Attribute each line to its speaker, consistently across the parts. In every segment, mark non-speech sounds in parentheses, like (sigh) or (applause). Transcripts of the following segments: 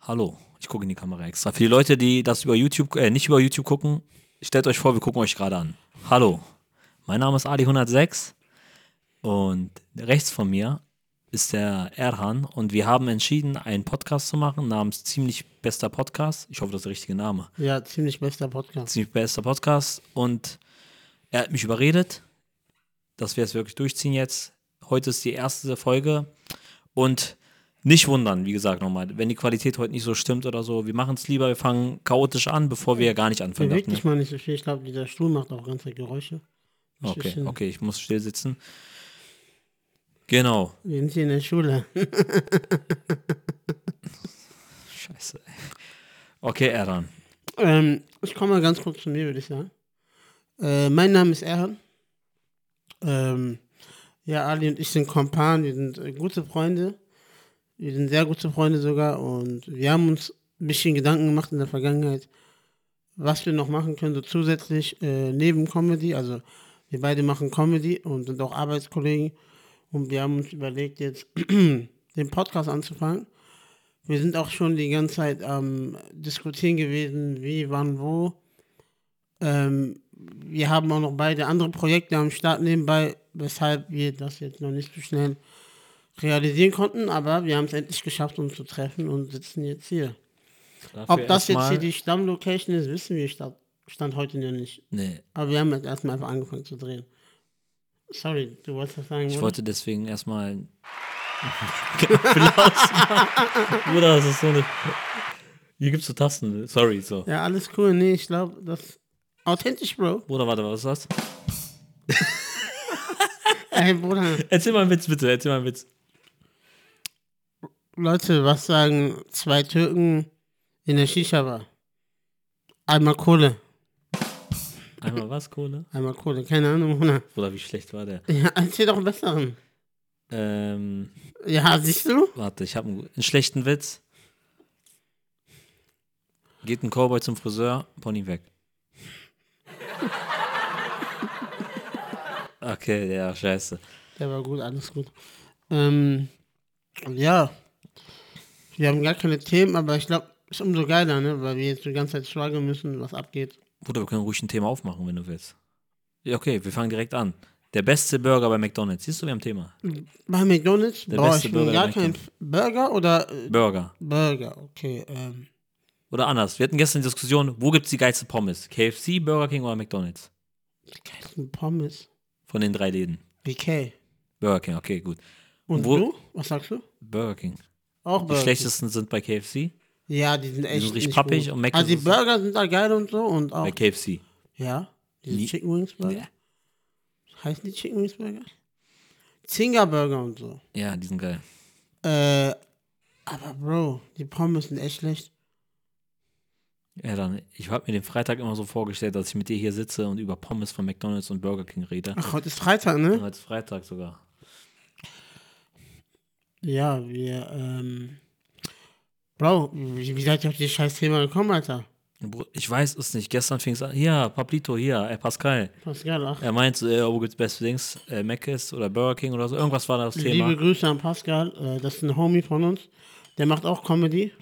Speaker 1: Hallo. Ich gucke in die Kamera extra. Für die Leute, die das über YouTube, äh, nicht über YouTube gucken, stellt euch vor, wir gucken euch gerade an. Hallo. Mein Name ist Ali106 und rechts von mir ist der Erhan und wir haben entschieden, einen Podcast zu machen namens Ziemlich Bester Podcast. Ich hoffe, das ist der richtige Name.
Speaker 2: Ja, ziemlich bester Podcast.
Speaker 1: Ziemlich Bester Podcast und er hat mich überredet, dass wir es wirklich durchziehen jetzt. Heute ist die erste Folge und nicht wundern, wie gesagt nochmal, wenn die Qualität heute nicht so stimmt oder so. Wir machen es lieber, wir fangen chaotisch an, bevor wir ja gar nicht anfangen.
Speaker 2: Beweg
Speaker 1: dachten wir.
Speaker 2: dich mal nicht so viel. Ich glaube, dieser Stuhl macht auch ganze Geräusche. Muss ich
Speaker 1: Okay,
Speaker 2: hin.
Speaker 1: okay, ich muss still sitzen. Genau.
Speaker 2: Wir sind hier in der Schule.
Speaker 1: Scheiße. ey. Okay, Erdan.
Speaker 2: Ähm, ich komme mal ganz kurz zu mir, würde ich sagen. Äh, mein Name ist Erhan. Ähm, ja, Ali und ich sind Kompan, wir sind äh, gute Freunde. Wir sind sehr gute Freunde sogar und wir haben uns ein bisschen Gedanken gemacht in der Vergangenheit, was wir noch machen können, so zusätzlich äh, neben Comedy. Also wir beide machen Comedy und sind auch Arbeitskollegen und wir haben uns überlegt, jetzt (clears throat) den Podcast anzufangen. Wir sind auch schon die ganze Zeit am Diskutieren gewesen, wie, wann, wo. Ähm, wir haben auch noch beide andere Projekte am Start nebenbei, weshalb wir das jetzt noch nicht so schnell realisieren konnten, aber wir haben es endlich geschafft, uns zu treffen und sitzen jetzt hier. Ob das jetzt hier die Stammlocation ist, wissen wir stand, stand heute noch nicht.
Speaker 1: Nee,
Speaker 2: Aber wir haben jetzt erstmal einfach angefangen zu drehen. Sorry, du wolltest was sagen?
Speaker 1: ich
Speaker 2: oder?
Speaker 1: wollte deswegen erstmal. einen (laughs) Applaus machen. Bruder, das ist so eine. Hier gibt's so Tasten. Sorry, so.
Speaker 2: Ja, alles cool. Nee, ich glaube, das
Speaker 1: (laughs)
Speaker 2: authentisch, Bro.
Speaker 1: Bruder, warte, was ist das?
Speaker 2: Ey, Bruder.
Speaker 1: Erzähl mal einen Witz, bitte. Erzähl mal einen Witz.
Speaker 2: Leute, was sagen zwei Türken in der Shisha-Bar? Einmal Kohle,
Speaker 1: Einmal was, Kohle?
Speaker 2: einmal Kohle, keine Ahnung, Bruder.
Speaker 1: Bruder, wie schlecht war der?
Speaker 2: (laughs) Ja, erzähl doch einen besseren.
Speaker 1: Ähm,
Speaker 2: Ja, siehst du?
Speaker 1: warte, ich habe einen, einen schlechten Witz. Geht ein Cowboy zum Friseur, Pony weg. Okay, ja, scheiße.
Speaker 2: Der war gut, alles gut. Ähm, ja. Wir haben gar keine Themen, aber ich glaube, ist umso geiler, ne? Weil wir jetzt die ganze Zeit schlagen müssen, was abgeht.
Speaker 1: Bruder, wir können ruhig ein Thema aufmachen, wenn du willst. Ja, okay, wir fangen direkt an. Der beste Burger bei McDonalds. Siehst du, wir haben Thema.
Speaker 2: Bei McDonalds,
Speaker 1: Der
Speaker 2: boah,
Speaker 1: beste
Speaker 2: ich
Speaker 1: Burger,
Speaker 2: bin gar
Speaker 1: den
Speaker 2: kein
Speaker 1: ich
Speaker 2: Burger oder äh,
Speaker 1: Burger.
Speaker 2: Burger, okay. Ähm,
Speaker 1: Oder anders. Wir hatten gestern die Diskussion, wo gibt's die geilste Pommes? KFC, Burger King oder McDonalds?
Speaker 2: die geilsten Pommes.
Speaker 1: Von den drei Läden.
Speaker 2: BK.
Speaker 1: Burger King, okay, gut.
Speaker 2: Und
Speaker 1: Wo-
Speaker 2: du? Was sagst du?
Speaker 1: Burger King.
Speaker 2: Auch
Speaker 1: Die
Speaker 2: Burger. King.
Speaker 1: schlechtesten sind bei KFC,
Speaker 2: Ja, die sind echt.
Speaker 1: sind richtig
Speaker 2: nicht
Speaker 1: pappig
Speaker 2: gut.
Speaker 1: und Mac
Speaker 2: Also die
Speaker 1: ist-
Speaker 2: Burger sind da geil und so und auch.
Speaker 1: bei KFC.
Speaker 2: Ja. Diese
Speaker 1: Nie-
Speaker 2: Chicken Wings Burger.
Speaker 1: Ja.
Speaker 2: Heißen die Chicken Wings Burger? Zinger Burger und so.
Speaker 1: Ja, die sind geil.
Speaker 2: Äh, aber Bro, die Pommes sind echt schlecht.
Speaker 1: Ja, dann, ich habe mir den Freitag immer so vorgestellt, dass ich mit dir hier sitze und über Pommes von McDonalds und Burger King rede.
Speaker 2: Ach, heute ist Freitag, ne?
Speaker 1: Als Freitag sogar.
Speaker 2: Ja, wir, ähm. Bro, wie, wie seid ihr auf dieses scheiß Thema gekommen, Alter?
Speaker 1: Bro, Ich weiß es nicht. Gestern fing es an. Hier, Pablito, hier, ey, Pascal.
Speaker 2: Pascal, ach.
Speaker 1: Er meint, äh, wo gibt's beste Dings? Äh, Mc's oder Burger King oder so. Irgendwas war das
Speaker 2: Liebe
Speaker 1: Thema.
Speaker 2: Grüße an Pascal, äh, das ist ein Homie von uns. Der macht auch Comedy.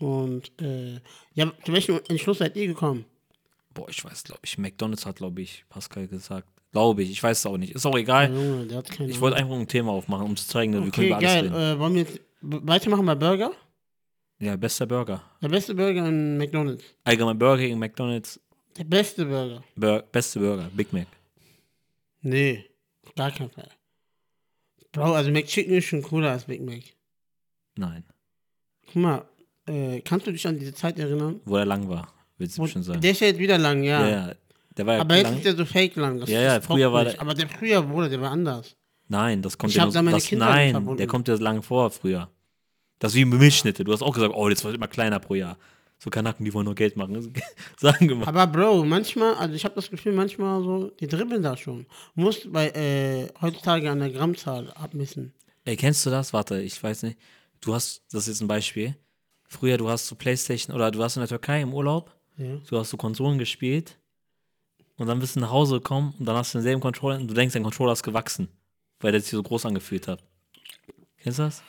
Speaker 2: Und, äh, ja, zu welchem Entschluss seid ihr gekommen?
Speaker 1: Boah, ich weiß, glaube ich. McDonalds hat, glaube ich, Pascal gesagt. Glaube ich. Ich weiß es auch nicht. Ist auch egal.
Speaker 2: Junge, der hat keine
Speaker 1: Ich wollte einfach ein Thema aufmachen, um zu zeigen, dass wir können
Speaker 2: Okay,
Speaker 1: über alles
Speaker 2: geil.
Speaker 1: reden.
Speaker 2: Äh, wollen wir jetzt b- weitermachen bei Burger?
Speaker 1: Ja, bester Burger.
Speaker 2: Der beste Burger in McDonalds.
Speaker 1: Allgemein Burger King, McDonalds,
Speaker 2: Der beste Burger.
Speaker 1: Bur beste Burger, Big Mac.
Speaker 2: Nee, auf gar keinen Fall. Bro, also McChicken ist schon cooler als Big Mac.
Speaker 1: Nein.
Speaker 2: Guck mal, äh, kannst du dich an diese Zeit erinnern?
Speaker 1: Wo er lang war, willst du
Speaker 2: Wo-
Speaker 1: bestimmt sagen.
Speaker 2: Der ist ja jetzt wieder lang, ja.
Speaker 1: ja, ja, der war ja
Speaker 2: Aber jetzt
Speaker 1: lang.
Speaker 2: ist der so fake lang. Das
Speaker 1: Ja, ja,
Speaker 2: das
Speaker 1: früher
Speaker 2: taugt
Speaker 1: war
Speaker 2: nicht.
Speaker 1: der-
Speaker 2: Aber der früher, Bruder, der war anders.
Speaker 1: Nein, das kommt
Speaker 2: Ich
Speaker 1: ja
Speaker 2: hab
Speaker 1: nur-
Speaker 2: da meine
Speaker 1: das,
Speaker 2: Kindheit mit
Speaker 1: Nein,
Speaker 2: verbunden.
Speaker 1: der kommt ja lang vor früher. Das ist wie mit Milchschnitte. Du hast auch gesagt, oh, das wird immer kleiner pro Jahr. So Kanaken, die wollen nur Geld machen. (laughs) Sagen gemacht.
Speaker 2: Aber Bro, manchmal, also ich habe das Gefühl, manchmal so, die dribbeln da schon. Musst bei, äh, heutzutage an der Grammzahl abmessen.
Speaker 1: Ey, kennst du das? Warte, ich weiß nicht. Du hast, das ist jetzt ein Beispiel. Früher, du hast so Playstation oder du warst in der Türkei im Urlaub,
Speaker 2: Ja.
Speaker 1: du hast so Konsolen gespielt und dann bist du nach Hause gekommen und dann hast du denselben Controller und du denkst, dein Controller ist gewachsen, weil der sich so groß angefühlt hat. Kennst du das?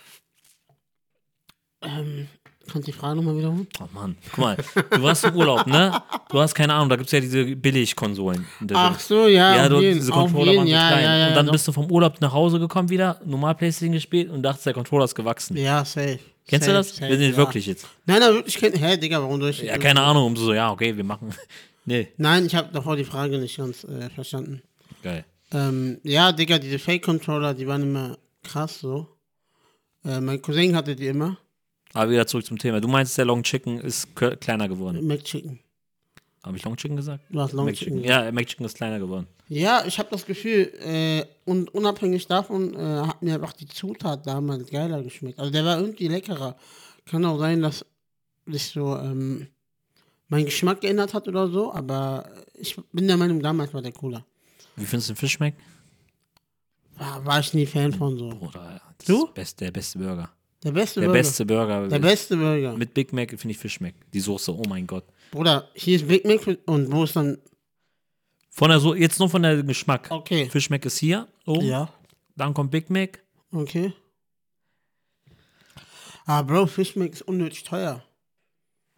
Speaker 2: Ähm, Kannst du die Frage nochmal wiederholen?
Speaker 1: Oh Mann, guck mal, du warst im Urlaub, ne? Du hast keine Ahnung, da gibt es ja diese Billigkonsolen.
Speaker 2: Ach so, ja,
Speaker 1: Also, ja, du,
Speaker 2: auf jeden,
Speaker 1: diese
Speaker 2: auf
Speaker 1: Controller
Speaker 2: jeden,
Speaker 1: waren so
Speaker 2: ja,
Speaker 1: klein.
Speaker 2: ja, ja,
Speaker 1: und dann
Speaker 2: doch.
Speaker 1: bist du vom Urlaub nach Hause gekommen wieder, normal Playstation gespielt und dachtest, der Controller ist gewachsen.
Speaker 2: Ja, safe.
Speaker 1: Kennst
Speaker 2: safe,
Speaker 1: du das?
Speaker 2: Safe,
Speaker 1: Wir sind
Speaker 2: ja.
Speaker 1: wirklich jetzt.
Speaker 2: Nein, nein, wirklich kenn Hä, Digga, warum durch?
Speaker 1: Ja, keine Ahnung, umso so, ja, okay, wir machen. (laughs) Nee,
Speaker 2: Nein, ich habe davor die Frage nicht ganz äh, verstanden.
Speaker 1: geil.
Speaker 2: Ähm, ja, Digga, diese Fake-Controller, die waren immer krass so. Äh, mein Cousin hatte die immer.
Speaker 1: Aber wieder zurück zum Thema. Du meinst, der Long Chicken ist kö- kleiner geworden.
Speaker 2: McChicken.
Speaker 1: Habe ich Long Chicken gesagt?
Speaker 2: Du hast Long Chicken.
Speaker 1: Ja, äh, McChicken ist kleiner geworden.
Speaker 2: Ja, ich habe das Gefühl, äh, und unabhängig davon äh, hat mir einfach die Zutat damals geiler geschmeckt. Also der war irgendwie leckerer. Kann auch sein, dass sich so ähm, mein Geschmack geändert hat oder so, aber ich bin der Meinung, damals war der cooler.
Speaker 1: Wie findest du den Fisch schmeckt?
Speaker 2: War, war ich nie Fan von so.
Speaker 1: Bruder, das
Speaker 2: Du?
Speaker 1: ist best, der beste Burger.
Speaker 2: Der beste
Speaker 1: Der
Speaker 2: Burger.
Speaker 1: beste Burger.
Speaker 2: Der beste Burger.
Speaker 1: Mit Big Mac finde ich Fisch Mac. Die Soße, oh mein Gott.
Speaker 2: Bruder, hier ist Big Mac mit- und wo ist dann.
Speaker 1: Von der so jetzt nur von der Geschmack.
Speaker 2: Okay.
Speaker 1: Fisch Mac ist hier oben,
Speaker 2: Ja.
Speaker 1: dann kommt Big Mac.
Speaker 2: Okay. Ah, Bro, Fischmeck ist unnötig teuer.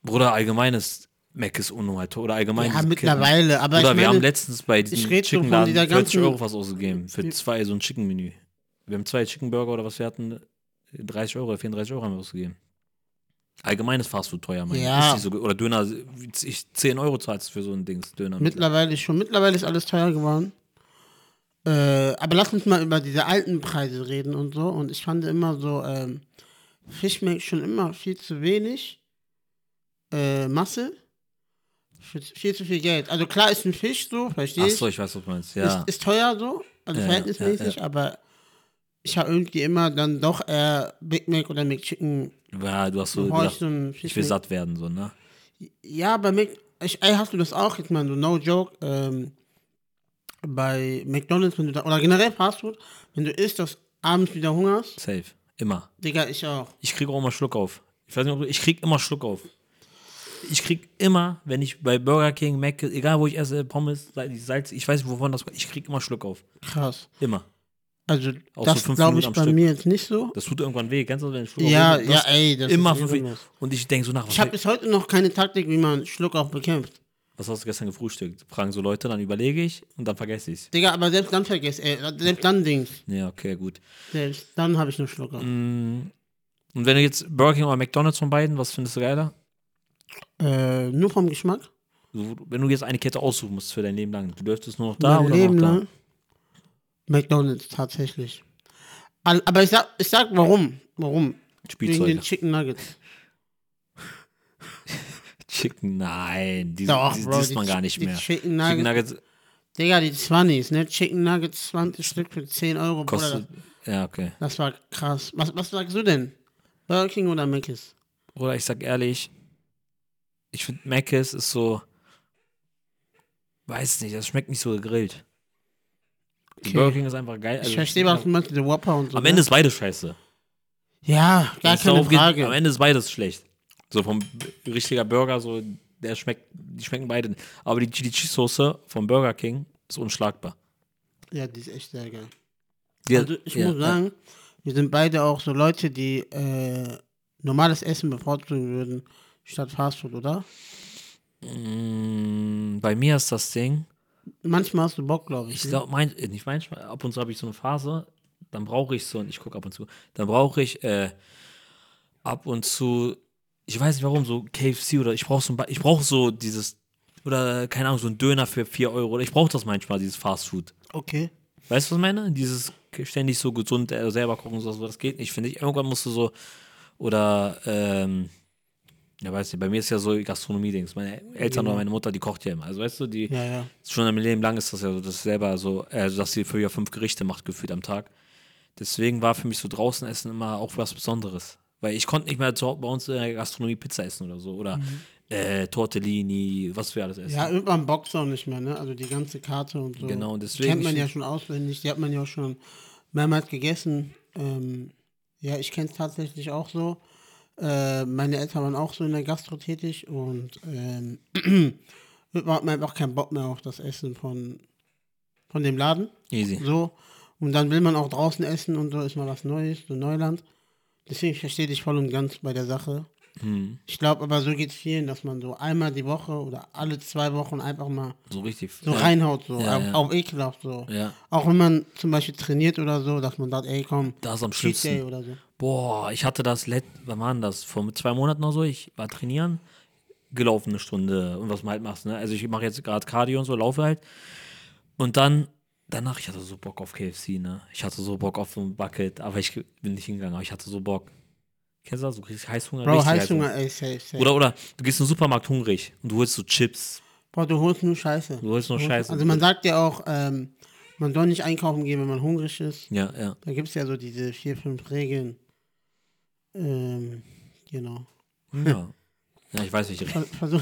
Speaker 1: Bruder, allgemeines Mac ist unnormal oder allgemein.
Speaker 2: Ja,
Speaker 1: diese
Speaker 2: mittlerweile. Aber
Speaker 1: Bruder,
Speaker 2: ich
Speaker 1: wir haben
Speaker 2: meine,
Speaker 1: letztens bei diesem
Speaker 2: red so
Speaker 1: Chicken
Speaker 2: von
Speaker 1: Laden
Speaker 2: dieser
Speaker 1: 40
Speaker 2: ganzen-
Speaker 1: Euro was ausgegeben für zwei, so ein Chicken-Menü. Wir haben zwei Chicken Burger oder was wir hatten, 30 Euro, 34 Euro haben wir ausgegeben. Allgemeines Fastfood teuer, meine ich.
Speaker 2: Ja.
Speaker 1: Ist nicht so, ge- oder Döner, ich, 10 Euro zahlst für so ein Dings, Döner.
Speaker 2: mittlerweile schon. Mittlerweile ist alles teuer geworden. Äh, aber lass uns mal über diese alten Preise reden und so. Und ich fand immer so, ähm, Fischmeck schon immer viel zu wenig äh, Masse. Für viel zu viel Geld. Also klar ist ein Fisch so, verstehe ich.
Speaker 1: Achso, ich weiß, was du meinst. Ja.
Speaker 2: ist, ist teuer so, also
Speaker 1: Ja, ja,
Speaker 2: verhältnismäßig, aber ich habe irgendwie immer dann doch eher Big Mac oder McChicken.
Speaker 1: ja, du hast so
Speaker 2: Bevor ich
Speaker 1: gesagt,
Speaker 2: so ein Fisch
Speaker 1: ich will satt werden, so, ne?
Speaker 2: Ja, bei Mac, ich, ey, hast du das auch jetzt mal so, no joke, ähm, bei McDonalds, wenn du da, oder generell Fastfood, wenn du isst, dass abends wieder hungerst,
Speaker 1: Safe. Immer.
Speaker 2: Digga, ich auch.
Speaker 1: Ich krieg auch immer Schluck auf. Ich weiß nicht, ob du, ich krieg immer Schluck auf. Ich krieg immer, wenn ich bei Burger King, Mac, egal wo ich esse, Pommes, Salz- Salz, ich weiß nicht, wovon das kommt, ich krieg immer Schluck auf.
Speaker 2: Krass.
Speaker 1: Immer.
Speaker 2: Also,
Speaker 1: Auch so
Speaker 2: das
Speaker 1: fünf
Speaker 2: glaube
Speaker 1: Minuten
Speaker 2: ich
Speaker 1: am
Speaker 2: bei
Speaker 1: Stück.
Speaker 2: mir jetzt nicht so.
Speaker 1: Das tut irgendwann weh, kennst du das, wenn Schluck
Speaker 2: Ja,
Speaker 1: auf
Speaker 2: ja, ey, das
Speaker 1: Immer
Speaker 2: ist
Speaker 1: fünf
Speaker 2: ehrenlos.
Speaker 1: Und ich denke so nach, was,
Speaker 2: Ich habe bis heute noch keine Taktik, wie man Schluck auf bekämpft.
Speaker 1: was hast du gestern gefrühstückt? Fragen so Leute, dann überlege ich und dann vergesse ich's.
Speaker 2: Digga, aber selbst dann vergiss, ey, selbst dann Dings.
Speaker 1: Ja, okay, gut.
Speaker 2: Selbst dann habe ich nur Schluck auf.
Speaker 1: Mm. Und wenn du jetzt Burger King oder McDonalds von beiden, was findest du geiler?
Speaker 2: Äh, nur vom Geschmack?
Speaker 1: So, wenn du jetzt eine Kette aussuchen musst für dein Leben lang, du dürftest nur noch da
Speaker 2: mein
Speaker 1: oder
Speaker 2: Leben
Speaker 1: noch da.
Speaker 2: lang. McDonalds, tatsächlich. Al- Aber ich sag, ich sag warum. Warum? Wegen den
Speaker 1: Spielzeuge.
Speaker 2: Chicken Nuggets.
Speaker 1: Chicken, nein, die,
Speaker 2: Doch,
Speaker 1: die,
Speaker 2: Bro,
Speaker 1: die isst
Speaker 2: die
Speaker 1: man
Speaker 2: Chi-
Speaker 1: gar nicht
Speaker 2: die
Speaker 1: mehr.
Speaker 2: Chicken Nuggets-
Speaker 1: Chicken Nuggets
Speaker 2: Digga, die 20s, ne? Chicken Nuggets 20 Stück für 10 Euro. Bruder,
Speaker 1: Kostet. Ja, okay.
Speaker 2: das war krass. Was, was sagst du denn? Burger King oder Mc's?
Speaker 1: Oder ich sag ehrlich, ich finde Mc's ist so. Weiß nicht, das schmeckt nicht so gegrillt. Die
Speaker 2: Okay.
Speaker 1: Burger King ist einfach geil.
Speaker 2: Ich
Speaker 1: also-
Speaker 2: verstehe, was du meinst, diese Whopper und so.
Speaker 1: Am Ende
Speaker 2: ne?
Speaker 1: ist beides scheiße. Also
Speaker 2: Ja, gar
Speaker 1: Wenn's darauf
Speaker 2: keine
Speaker 1: geht, am
Speaker 2: Frage.
Speaker 1: Ende ist beides schlecht. So vom b- richtiger Burger, so der schmeckt, die schmecken beide. Aber die Chili Cheese Soße vom Burger King ist unschlagbar.
Speaker 2: Ja, die ist echt sehr geil.
Speaker 1: Die-
Speaker 2: Also ich
Speaker 1: ja,
Speaker 2: muss sagen, wir sind beide auch so Leute, die äh, normales Essen bevorzugen würden, statt Fastfood, oder?
Speaker 1: Mm, Bei mir ist das Ding,
Speaker 2: Manchmal hast du Bock, glaube ich. ne?
Speaker 1: Ich glaube, mein, äh, nicht manchmal, ab und zu habe ich so eine Phase, dann brauche ich so, und ich gucke ab und zu, dann brauche ich äh, ab und zu, ich weiß nicht warum, so KFC oder ich brauche so, ein Ba- ich brauche so dieses, oder keine Ahnung, so ein Döner für 4 Euro, oder ich brauche das manchmal, dieses Fast Food.
Speaker 2: okay.
Speaker 1: Weißt du, was ich meine? Dieses ständig so gesund äh, selber gucken, so, so, das geht nicht, finde ich. Irgendwann musst du so, oder, ähm, ja, weiß nicht, bei mir ist ja so Gastronomie-Dings. Meine Eltern oder meine Mutter, die kocht ja immer. Also, weißt du, die,
Speaker 2: Ja, ja.
Speaker 1: Schon im Leben lang ist das ja so, dass selber so, also dass sie früher fünf Gerichte macht gefühlt am Tag. Deswegen war für mich so draußen essen immer auch was Besonderes. Weil ich konnte nicht mehr zu, bei uns in der Gastronomie Pizza essen oder so. Oder äh, Tortellini, was wir alles essen.
Speaker 2: Mhm. Ja, irgendwann bockst du auch nicht mehr, ne? Also die ganze Karte und so.
Speaker 1: Genau, deswegen-
Speaker 2: Kennt man ja schon auswendig, die hat man ja auch schon mehrmals gegessen. Ähm, ja, ich kenne es tatsächlich auch so. Äh, meine Eltern waren auch so in der Gastro tätig und ähm, (clears throat) irgendwann hat man einfach keinen Bock mehr auf das Essen von, von dem Laden.
Speaker 1: Easy.
Speaker 2: So. Und dann will man auch draußen essen und so ist mal was Neues, so Neuland. Deswegen verstehe ich versteh dich voll und ganz bei der Sache.
Speaker 1: Mhm.
Speaker 2: Ich glaube aber, so geht es vielen, dass man so einmal die Woche oder alle zwei Wochen einfach mal
Speaker 1: So richtig.
Speaker 2: so
Speaker 1: ja.
Speaker 2: reinhaut, so
Speaker 1: Ja,
Speaker 2: auf,
Speaker 1: ja.
Speaker 2: auf ekelhaft so.
Speaker 1: Ja.
Speaker 2: Auch wenn man zum Beispiel trainiert oder so, dass man sagt, ey komm,
Speaker 1: Das ist am
Speaker 2: Cheat Day
Speaker 1: schlimmsten.
Speaker 2: oder so.
Speaker 1: Boah, ich hatte das, let wann war denn das? Vor zwei Monaten oder so. Ich war trainieren, gelaufen eine Stunde und was man halt macht. Ne? Also ich mache jetzt gerade Cardio und so, laufe halt. Und dann, danach, ich hatte so Bock auf KFC, ne? Ich hatte so Bock auf so ein Bucket, aber ich bin nicht hingegangen, aber ich hatte so Bock. Kennst du das? Du kriegst Heißhunger.
Speaker 2: Bro,
Speaker 1: richtig also.
Speaker 2: Heißhunger, ey, safe, safe.
Speaker 1: Oder, oder du gehst in den Supermarkt hungrig und du holst so Chips.
Speaker 2: Bro, du holst nur Scheiße.
Speaker 1: Du holst nur Scheiße.
Speaker 2: Also man sagt ja auch, ähm, man soll nicht einkaufen gehen, wenn man hungrig ist.
Speaker 1: Ja, ja.
Speaker 2: Da gibt es ja so diese vier, fünf Regeln. Ähm, genau. (laughs)
Speaker 1: Ja, ja ich weiß nicht.
Speaker 2: Ver- Versuch,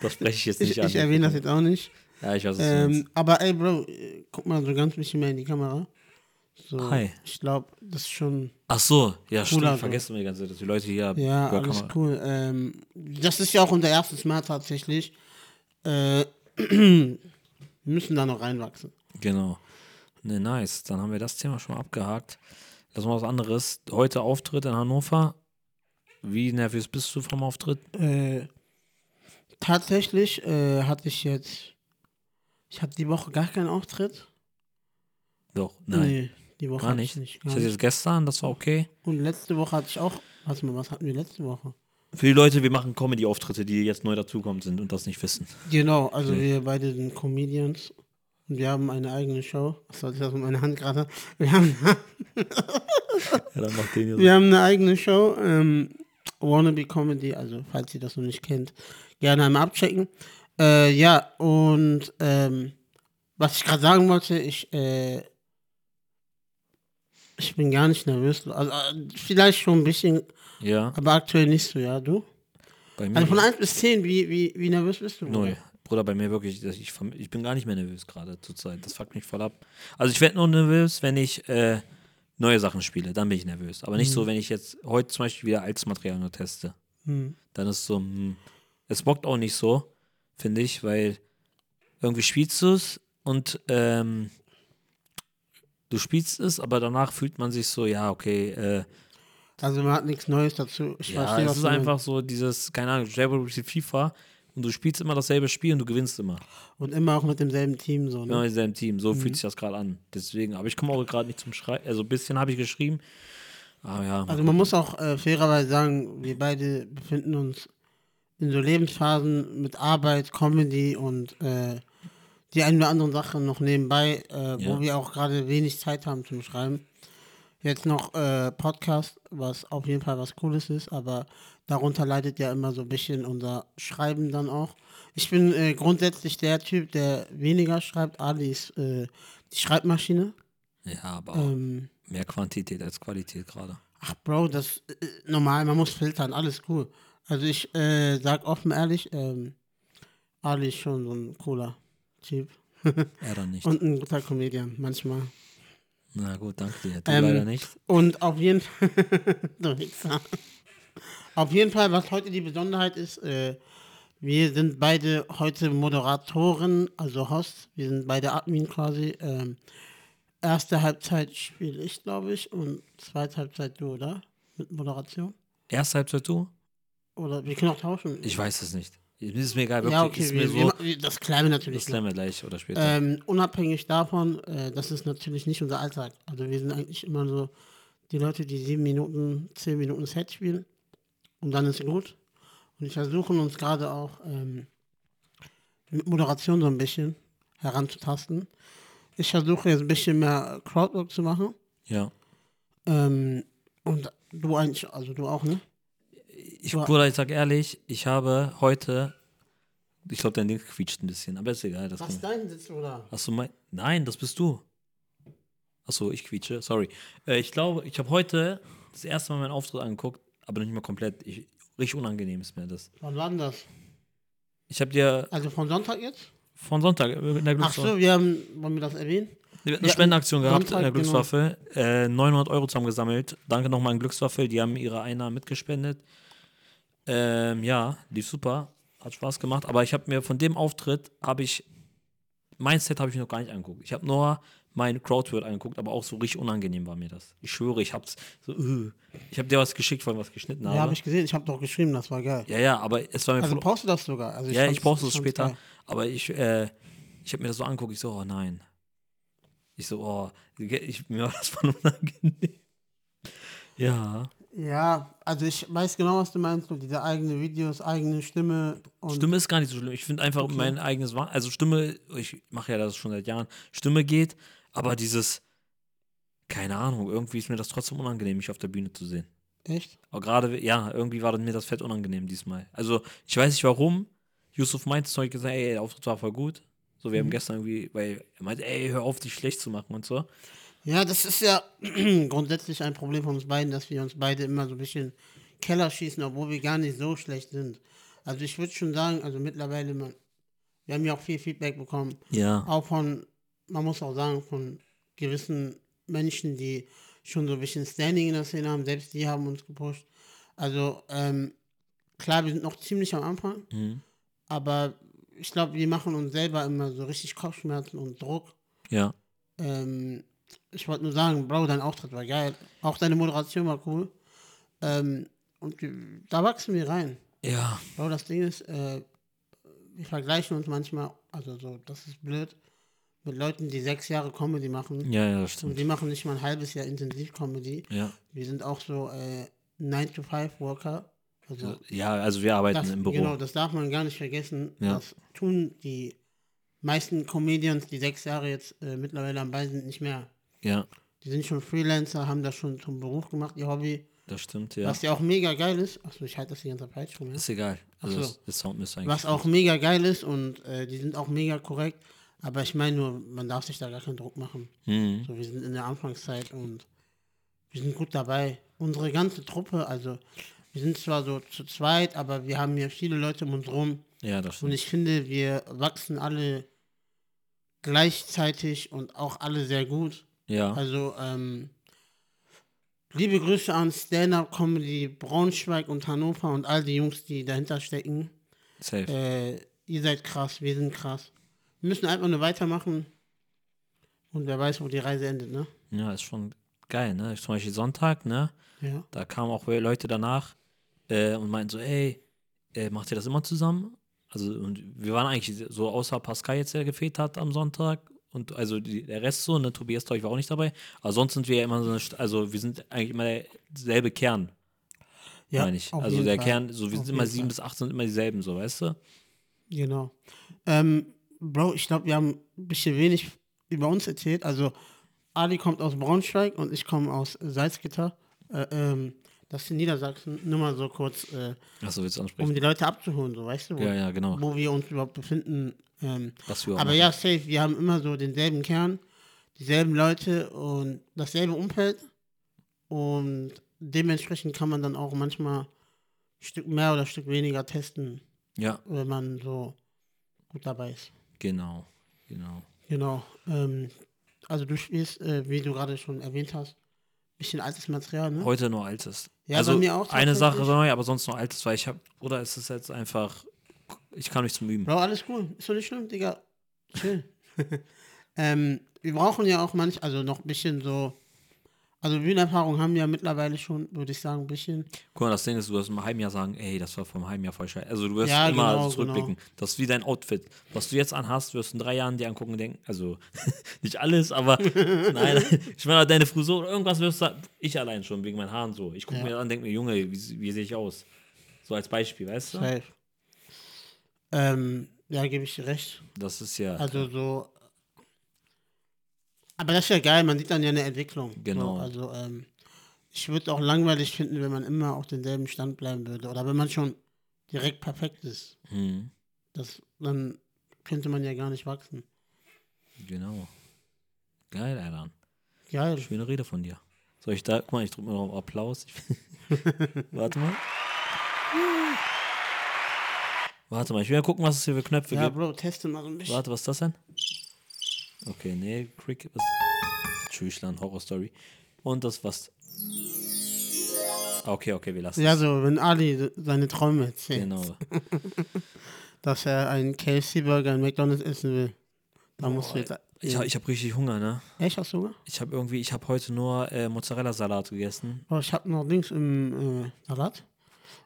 Speaker 1: Das spreche ich jetzt nicht
Speaker 2: (laughs) ich,
Speaker 1: an.
Speaker 2: ich erwähne das jetzt auch nicht.
Speaker 1: Ja, ich weiß es
Speaker 2: Ähm, aber ey, Bro, äh, guck mal so ganz bisschen mehr in die Kamera. So,
Speaker 1: Hi.
Speaker 2: Ich glaube, das ist schon,
Speaker 1: Ach so, ja, stimmt.
Speaker 2: Bruder,
Speaker 1: vergessen wir die ganze Zeit, dass die Leute hier
Speaker 2: ja,
Speaker 1: über
Speaker 2: alles
Speaker 1: Kamera-
Speaker 2: cool. Ähm, das ist ja auch unser erstes Mal tatsächlich. Äh, (clears throat) wir müssen da noch reinwachsen.
Speaker 1: Genau. Ne, nice. Dann haben wir das Thema schon mal abgehakt. Lass mal was anderes. Heute Auftritt in Hannover. Wie nervös bist du vom Auftritt?
Speaker 2: Äh, tatsächlich äh, hatte ich jetzt, ich hatte die Woche gar keinen Auftritt.
Speaker 1: Doch, nein.
Speaker 2: Nee, die Woche
Speaker 1: Gar
Speaker 2: hatte
Speaker 1: nicht.
Speaker 2: ich nicht.
Speaker 1: ich
Speaker 2: Gar
Speaker 1: hatte
Speaker 2: nicht.
Speaker 1: jetzt gestern, das war okay.
Speaker 2: Und letzte Woche hatte ich auch, was mal, was hatten wir letzte Woche?
Speaker 1: Für die Leute, wir machen Comedy-Auftritte, die jetzt neu dazukommen sind und das nicht wissen.
Speaker 2: Genau, also
Speaker 1: Nee.
Speaker 2: wir beide sind Comedians und wir haben eine eigene Show. Was soll ich das mit meiner Hand gerade? Wir haben,
Speaker 1: Ja, dann macht den
Speaker 2: wir haben eine eigene Show, ähm, Wannabe Comedy, also falls ihr das noch nicht kennt, gerne einmal abchecken. Äh, ja, und ähm, was ich gerade sagen wollte, ich, äh, ich bin gar nicht nervös. Also, äh, vielleicht schon ein bisschen,
Speaker 1: Ja,
Speaker 2: aber aktuell nicht so, ja, du?
Speaker 1: bei mir.
Speaker 2: Also von 1 bis 10, wie, wie, wie nervös bist du?
Speaker 1: Null. Bruder, bei mir wirklich, das- ich, verm- ich bin gar nicht mehr nervös gerade zurzeit. Das fuckt mich voll ab. Also ich werde nur nervös, wenn ich äh, neue Sachen spiele. Dann bin ich nervös. Aber nicht
Speaker 2: Mhm.
Speaker 1: so, wenn ich jetzt heute zum Beispiel wieder altes Material nur teste.
Speaker 2: Hm.
Speaker 1: Dann ist so, hm, es bockt auch nicht so, finde ich, weil irgendwie spielst du es und ähm, du spielst es, aber danach fühlt man sich so, ja, okay, äh,
Speaker 2: Also man hat nichts Neues dazu. Ich
Speaker 1: ja,
Speaker 2: verstehe,
Speaker 1: es
Speaker 2: was
Speaker 1: ist
Speaker 2: du meinst.
Speaker 1: einfach so dieses, keine Ahnung, selber FIFA und du spielst immer dasselbe Spiel und du gewinnst immer.
Speaker 2: Und immer auch mit demselben Team so. Ne?
Speaker 1: Genau in seinem Team. So fühlt sich das gerade an. Deswegen, aber ich komme auch gerade nicht zum Schreiben. Also ein bisschen habe ich geschrieben. Aber ja,
Speaker 2: Also man muss auch äh, fairerweise sagen, wir beide befinden uns in so Lebensphasen mit Arbeit, Comedy und äh, die ein oder anderen Sachen noch nebenbei, äh,
Speaker 1: Ja.
Speaker 2: wo wir auch gerade wenig Zeit haben zum Schreiben. Jetzt noch äh, Podcast, was auf jeden Fall was Cooles ist, aber darunter leidet ja immer so ein bisschen unser Schreiben dann auch. Ich bin äh, grundsätzlich der Typ, der weniger schreibt. Ali ist äh, die Schreibmaschine.
Speaker 1: ja aber auch
Speaker 2: Ähm,
Speaker 1: mehr Quantität als Qualität gerade.
Speaker 2: Ach, Bro, das äh, normal, man muss filtern, alles cool. Also ich äh, sag offen ehrlich, ähm, Ali ist schon so ein cooler Typ.
Speaker 1: Er dann nicht.
Speaker 2: Und ein guter Comedian, manchmal.
Speaker 1: Na gut, danke dir. Du
Speaker 2: Ähm,
Speaker 1: leider nicht.
Speaker 2: Und auf jeden Fall, (laughs) du Wichser. Auf jeden Fall, was heute die Besonderheit ist, äh, wir sind beide heute Moderatoren, also Host. Wir sind beide Admin quasi. Ähm, erste Halbzeit spiele ich, glaube ich, und zweite Halbzeit du, oder? Mit Moderation.
Speaker 1: Erste Halbzeit du?
Speaker 2: Oder wir können auch tauschen.
Speaker 1: Ich weiß es nicht. Ist mir egal, wirklich.
Speaker 2: Ja, okay,
Speaker 1: ist mir
Speaker 2: wir,
Speaker 1: so,
Speaker 2: wir, wir, das klären wir
Speaker 1: das
Speaker 2: natürlich. noch.
Speaker 1: lernen wir gleich oder später.
Speaker 2: Ähm, unabhängig davon, äh, das ist natürlich nicht unser Alltag. Also wir sind eigentlich immer so die Leute, die sieben Minuten, zehn Minuten Set spielen und dann ist gut. Und ich versuche uns gerade auch ähm, mit Moderation so ein bisschen heranzutasten. Ich versuche jetzt ein bisschen mehr Crowdwork zu machen.
Speaker 1: ja.
Speaker 2: Ähm, und du eigentlich, also du auch, ne?
Speaker 1: Ich,
Speaker 2: Boah.
Speaker 1: Bruder, ich sag ehrlich, ich habe heute. Ich glaube, dein Ding quietscht ein bisschen, aber ist egal. Das
Speaker 2: Was
Speaker 1: kann,
Speaker 2: dein Sitz, oder?
Speaker 1: Hast du mein. Nein, das bist du. Achso, ich quietsche, sorry. Äh, ich glaube, ich habe heute das erste Mal meinen Auftritt angeguckt, aber nicht mal komplett. Ich, richtig unangenehm ist mir das.
Speaker 2: Wann war denn das?
Speaker 1: Ich habe dir
Speaker 2: Also von Sonntag jetzt?
Speaker 1: von Sonntag äh, in der
Speaker 2: Ach
Speaker 1: Glückswaffe
Speaker 2: so, wir haben, wollen wir das erwähnen?
Speaker 1: wir hatten eine
Speaker 2: ja,
Speaker 1: Spendenaktion gehabt in
Speaker 2: Sonntag,
Speaker 1: der
Speaker 2: genau.
Speaker 1: Glückswaffe. Äh, 900 Euro zusammen gesammelt. Danke nochmal an Glückswaffe, die haben ihre Einnahmen mitgespendet. Ähm, ja, lief super, hat Spaß gemacht. Aber ich habe mir von dem Auftritt habe ich mein Set habe ich mir noch gar nicht angeguckt. Ich habe nur mein Crowdword angeguckt, aber auch so richtig unangenehm war mir das. Ich schwöre, ich hab's so, äh. ich hab dir was geschickt, vorhin was geschnitten
Speaker 2: Ja, habe
Speaker 1: habe.
Speaker 2: ich gesehen. Ich habe doch geschrieben, das war geil.
Speaker 1: ne? Ja, ja, aber es war mir
Speaker 2: Also
Speaker 1: voll,
Speaker 2: brauchst du das sogar. Also
Speaker 1: ja,
Speaker 2: fand's-
Speaker 1: ich brauchte es
Speaker 2: fand's
Speaker 1: später,
Speaker 2: geil.
Speaker 1: aber ich, äh, ich habe mir das so angeguckt, ich so, oh nein. Ich so, oh, ich, mir war das (laughs) voll unangenehm. Ja,
Speaker 2: Ja, also ich weiß genau, was du meinst. Mit diese eigenen Videos, eigene Stimme. Und
Speaker 1: Stimme ist gar nicht so schlimm. Ich finde einfach mein eigenes, Wa- also Stimme, ich mache ja das schon seit Jahren, Stimme geht, aber dieses, keine Ahnung, irgendwie ist mir das trotzdem unangenehm, mich auf der Bühne zu sehen.
Speaker 2: Echt?
Speaker 1: Aber gerade, ja, irgendwie war das- mir das fett unangenehm diesmal. Also, ich weiß nicht warum. Yusuf meinte Zeug gesagt, ey, der Auftritt war voll gut. So,
Speaker 2: Mhm.
Speaker 1: wir haben gestern irgendwie, weil er meinte, ey, hör auf, dich schlecht zu machen und so.
Speaker 2: Ja, das ist ja (clears throat) grundsätzlich ein Problem von uns beiden, dass wir uns beide immer so ein bisschen Keller schießen, obwohl wir gar nicht so schlecht sind. Also ich würde schon sagen, also mittlerweile, man, wir haben ja auch viel Feedback bekommen.
Speaker 1: Ja.
Speaker 2: Auch von, man muss auch sagen, von gewissen Menschen, die schon so ein bisschen Standing in der Szene haben, selbst die haben uns gepusht. Also ähm, klar, wir sind noch ziemlich am Anfang,
Speaker 1: Mhm.
Speaker 2: aber ich glaube, wir machen uns selber immer so richtig Kopfschmerzen und Druck.
Speaker 1: Ja.
Speaker 2: Ähm, ich wollte nur sagen, Bro, dein Auftritt war geil. Auch deine Moderation war cool. Ähm, und wir- da wachsen wir rein.
Speaker 1: Ja.
Speaker 2: Bro, das Ding ist, äh, wir vergleichen uns manchmal, also so, das ist blöd, mit Leuten, die sechs Jahre Comedy machen.
Speaker 1: Ja, ja, das
Speaker 2: Und
Speaker 1: stimmt.
Speaker 2: die machen nicht mal ein halbes Jahr Intensiv-Comedy.
Speaker 1: Ja.
Speaker 2: Wir sind auch so äh, 9-to-5-Worker. Also
Speaker 1: Ja, also wir arbeiten
Speaker 2: das,
Speaker 1: im Büro.
Speaker 2: Genau, das darf man gar nicht vergessen.
Speaker 1: Ja.
Speaker 2: Das tun die meisten Comedians, die sechs Jahre jetzt äh, mittlerweile am Ball sind, nicht mehr.
Speaker 1: Ja,
Speaker 2: Die sind schon Freelancer, haben das schon zum Beruf gemacht, ihr Hobby.
Speaker 1: das stimmt, ja.
Speaker 2: Was ja auch mega geil ist. Achso, ich halte das die ganze Zeit falsch rum. ja.
Speaker 1: Ist egal. Also,
Speaker 2: Ach so.
Speaker 1: das, das Sound müsste eigentlich.
Speaker 2: Was auch mega geil ist und äh, die sind auch mega korrekt. Aber ich meine nur, man darf sich da gar keinen Druck machen.
Speaker 1: Mhm.
Speaker 2: So, wir sind in der Anfangszeit und wir sind gut dabei. Unsere ganze Truppe, also wir sind zwar so zu zweit, aber wir haben hier viele Leute um uns rum.
Speaker 1: Ja, das
Speaker 2: Und
Speaker 1: stimmt.
Speaker 2: ich finde, wir wachsen alle gleichzeitig und auch alle sehr gut.
Speaker 1: Ja.
Speaker 2: Also, ähm, liebe Grüße an Stand-Up Comedy Braunschweig und Hannover und all die Jungs, die dahinter stecken.
Speaker 1: Safe.
Speaker 2: Äh, ihr seid krass, wir sind krass. Wir müssen einfach nur weitermachen. Und wer weiß, wo die Reise endet, ne?
Speaker 1: Ja, ist schon geil, ne? Zum Beispiel Sonntag, ne?
Speaker 2: Ja.
Speaker 1: Da kamen auch Leute danach äh, und meinten so, ey, äh, macht ihr das immer zusammen? Also, und wir waren eigentlich so, außer Pascal jetzt, der gefehlt hat am Sonntag. Und also die, der Rest so, ne, Tobias, glaube ich, war auch nicht dabei. Aber sonst sind wir ja immer so eine, St- also wir sind eigentlich immer derselbe Kern,
Speaker 2: ja
Speaker 1: meine ich.
Speaker 2: auf
Speaker 1: Also
Speaker 2: jeden
Speaker 1: der
Speaker 2: Fall.
Speaker 1: Kern, so wir
Speaker 2: Auf
Speaker 1: sind immer
Speaker 2: jeden
Speaker 1: sieben
Speaker 2: Fall.
Speaker 1: bis acht, sind immer dieselben, so, weißt du?
Speaker 2: Genau. Ähm, Bro, ich glaube, wir haben ein bisschen wenig über uns erzählt. Also, Ali kommt aus Braunschweig und ich komme aus Salzgitter. Äh, ähm, das ist in Niedersachsen. Nur mal so kurz, äh,
Speaker 1: Achso, willst du ansprechen?
Speaker 2: um die Leute abzuholen, so weißt du, wo,
Speaker 1: ja, ja, genau.
Speaker 2: wo wir uns überhaupt befinden. Ähm,
Speaker 1: Was wir auch
Speaker 2: aber
Speaker 1: machen.
Speaker 2: ja, safe, wir haben immer so denselben Kern, dieselben Leute und dasselbe Umfeld. Und dementsprechend kann man dann auch manchmal ein Stück mehr oder ein Stück weniger testen,
Speaker 1: Ja,
Speaker 2: wenn man so gut dabei ist.
Speaker 1: genau. Genau.
Speaker 2: Genau. Ähm, also du spielst, äh, wie du gerade schon erwähnt hast, bisschen altes Material, ne?
Speaker 1: Heute nur altes.
Speaker 2: Ja,
Speaker 1: also
Speaker 2: bei mir auch
Speaker 1: eine Sache
Speaker 2: tatsächlich.
Speaker 1: neu, aber sonst nur altes, weil ich habe, oder ist es jetzt einfach, ich kann nicht zum Üben.
Speaker 2: Bro, alles cool. Ist doch nicht schlimm, Digga.
Speaker 1: (laughs)
Speaker 2: Chill. ähm, wir brauchen ja auch manch, also noch ein bisschen so, also Bühnenerfahrung haben wir ja mittlerweile schon, würde ich sagen, ein bisschen.
Speaker 1: Guck mal, das Ding ist, du wirst im Heimjahr sagen, ey, das war vom Heimjahr voll scheiße. Also du wirst
Speaker 2: Ja,
Speaker 1: immer
Speaker 2: genau,
Speaker 1: zurückblicken. Das ist wie dein Outfit. Was du jetzt anhast, wirst du in drei Jahren dir angucken und denken, also (laughs) nicht alles,
Speaker 2: (laughs)
Speaker 1: aber nein, ich meine, deine Frisur oder irgendwas wirst du, ich allein schon, wegen meinen Haaren so. Ich gucke
Speaker 2: Ja.
Speaker 1: mir an und denke mir, Junge, wie, wie sehe ich aus? So als Beispiel, weißt du?
Speaker 2: Safe. Ähm, ja, gebe ich dir recht.
Speaker 1: Das ist ja,
Speaker 2: Also so. Aber das ist ja geil, man sieht dann ja eine Entwicklung.
Speaker 1: Genau.
Speaker 2: So, also ähm, ich würde es auch langweilig finden, wenn man immer auf denselben Stand bleiben würde. Oder wenn man schon direkt perfekt ist.
Speaker 1: hm,
Speaker 2: Das, dann könnte man ja gar nicht wachsen.
Speaker 1: genau. Geil, Alter.
Speaker 2: Geil.
Speaker 1: Schöne Rede von dir. Soll ich da, guck mal, ich drücke mal noch auf Applaus. Ich, (laughs) warte mal. Warte mal, ich will ja gucken, was es hier für Knöpfe
Speaker 2: Ja,
Speaker 1: gibt.
Speaker 2: Bro, teste mal so ein bisschen.
Speaker 1: Warte, was ist das denn? Okay, nee, Cricket. Was? Tschüssland, Horror Story. Und das was. Ah, Okay, okay, wir lassen.
Speaker 2: Ja, so, wenn Ali se- seine Träume erzählt,
Speaker 1: Genau.
Speaker 2: dass er einen KFC-Burger in McDonalds essen will, dann musst du jetzt
Speaker 1: Ich, hab- ich habe richtig Hunger, ne?
Speaker 2: Echt, hast du Hunger?
Speaker 1: Ich habe irgendwie, ich habe heute nur äh, Mozzarella-Salat gegessen.
Speaker 2: Oh, ich hab noch Dings im äh, Salat.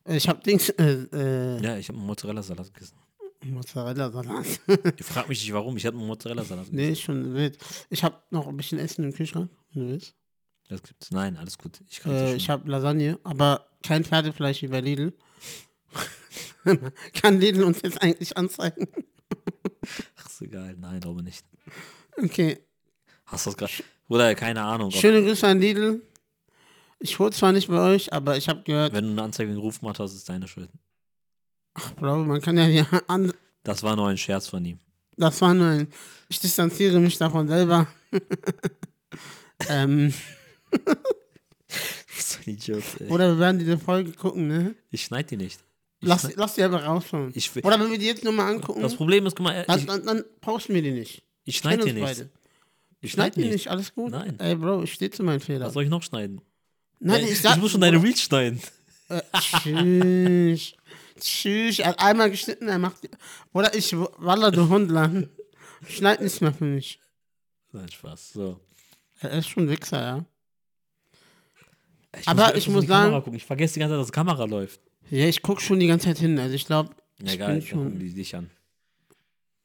Speaker 2: Äh, Ich hab Dings, äh, äh,
Speaker 1: Ja, ich habe einen Mozzarella-Salat gegessen.
Speaker 2: (laughs) Mozzarella-Salat.
Speaker 1: Ich frag mich nicht warum, ich hatte einen Mozzarella-Salat gegessen.
Speaker 2: (laughs) nee, ist schon wild. Ich hab noch ein bisschen Essen im Kühlschrank, wenn du willst.
Speaker 1: Das gibt's. Nein, alles gut. Ich kann
Speaker 2: Äh, ich habe Lasagne, aber kein Pferdefleisch wie bei Lidl. (laughs) Kann Lidl uns jetzt eigentlich anzeigen? (laughs)
Speaker 1: Ach, ist egal. Nein, glaube nicht.
Speaker 2: Okay.
Speaker 1: Hast du das gerade? Bruder, keine Ahnung. Ob,
Speaker 2: Schöne Grüße an Lidl. Ich hole zwar nicht bei euch, aber ich habe gehört,
Speaker 1: wenn du eine Anzeige gegen Ruf machst, ist deine Schuld.
Speaker 2: ich glaube, man kann ja hier (laughs) an.
Speaker 1: Das war nur ein Scherz von ihm. (laughs)
Speaker 2: Das war nur ein. Ich distanziere mich davon selber. (laughs) ähm,
Speaker 1: So ein Idiot, ey.
Speaker 2: oder wir werden diese Folge gucken, ne?
Speaker 1: Ich schneide die nicht. Ich
Speaker 2: Lass,
Speaker 1: schneid-
Speaker 2: lass die aber rausschauen.
Speaker 1: Ich will-
Speaker 2: Oder wenn wir die jetzt nochmal angucken,
Speaker 1: das Problem ist, guck mal,
Speaker 2: dann,
Speaker 1: ich,
Speaker 2: dann, dann posten wir die nicht.
Speaker 1: ich schneide die
Speaker 2: Kennen
Speaker 1: nicht.
Speaker 2: uns beide.
Speaker 1: Ich
Speaker 2: Schneid
Speaker 1: schneide
Speaker 2: die
Speaker 1: nicht.
Speaker 2: nicht, alles gut.
Speaker 1: Nein.
Speaker 2: Ey, Bro, ich stehe zu meinen Fehlern.
Speaker 1: Was soll ich noch schneiden?
Speaker 2: Nein,
Speaker 1: Ey,
Speaker 2: ich sag.
Speaker 1: muss schon deine Reach schneiden. (laughs)
Speaker 2: Tschüss. Tschüss. Er hat einmal geschnitten, er macht. Oder ich, Walla, du Hundler. Schneid nichts mehr für mich.
Speaker 1: Nein, Spaß. So.
Speaker 2: Er ist schon ein Wichser, ja.
Speaker 1: Ey,
Speaker 2: Aber
Speaker 1: öfters
Speaker 2: ich
Speaker 1: in
Speaker 2: muss
Speaker 1: die Kamera
Speaker 2: sagen-
Speaker 1: gucken. ich vergesse die ganze Zeit, dass die Kamera läuft.
Speaker 2: Ja, ich guck schon die ganze Zeit hin. Also, ich glaube,
Speaker 1: Ja,
Speaker 2: ich
Speaker 1: egal,
Speaker 2: bin
Speaker 1: dann gucken
Speaker 2: schon
Speaker 1: die dich an.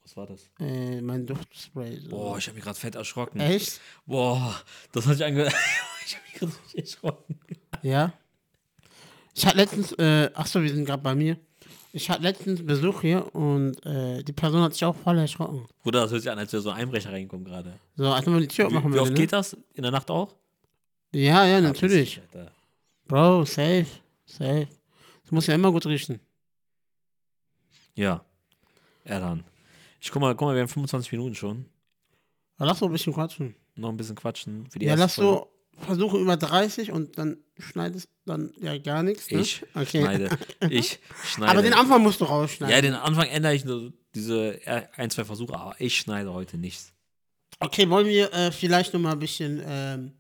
Speaker 1: Was war das?
Speaker 2: äh, mein Duftspray. So.
Speaker 1: Boah, ich habe mich gerade fett erschrocken.
Speaker 2: Echt?
Speaker 1: Boah, das hat ich ange... (laughs) ich habe mich gerade richtig erschrocken.
Speaker 2: Ja. Ich hatte letztens, äh, achso, wir sind gerade bei mir. Ich hatte letztens Besuch hier und äh, die Person hat sich auch voll erschrocken.
Speaker 1: Bruder, das hört sich an, als wäre so ein Einbrecher reingekommen gerade.
Speaker 2: So, als wenn man die Tür
Speaker 1: Wie,
Speaker 2: aufmachen
Speaker 1: wie
Speaker 2: würde.
Speaker 1: oft
Speaker 2: Ne?
Speaker 1: geht das? In der Nacht auch?
Speaker 2: Ja, ja,
Speaker 1: Ah,
Speaker 2: natürlich.
Speaker 1: Pissig, Alter.
Speaker 2: Bro, safe. Safe. Das muss ja immer gut riechen.
Speaker 1: Ja. Ja, dann. Ich guck mal, guck mal, wir haben 25 Minuten schon.
Speaker 2: Aber lass doch ein bisschen quatschen.
Speaker 1: Noch ein bisschen quatschen für die
Speaker 2: Ja,
Speaker 1: erste
Speaker 2: lass
Speaker 1: Folge.
Speaker 2: so versuchen über 30 und dann schneidest dann ja gar nichts. Ne?
Speaker 1: Ich
Speaker 2: (laughs)
Speaker 1: schneide. Ich schneide.
Speaker 2: Aber den Anfang musst du
Speaker 1: ja,
Speaker 2: rausschneiden.
Speaker 1: den Anfang ändere ich nur diese ein, zwei Versuche, aber ich schneide heute nichts.
Speaker 2: okay, wollen wir äh, vielleicht nochmal ein bisschen ähm,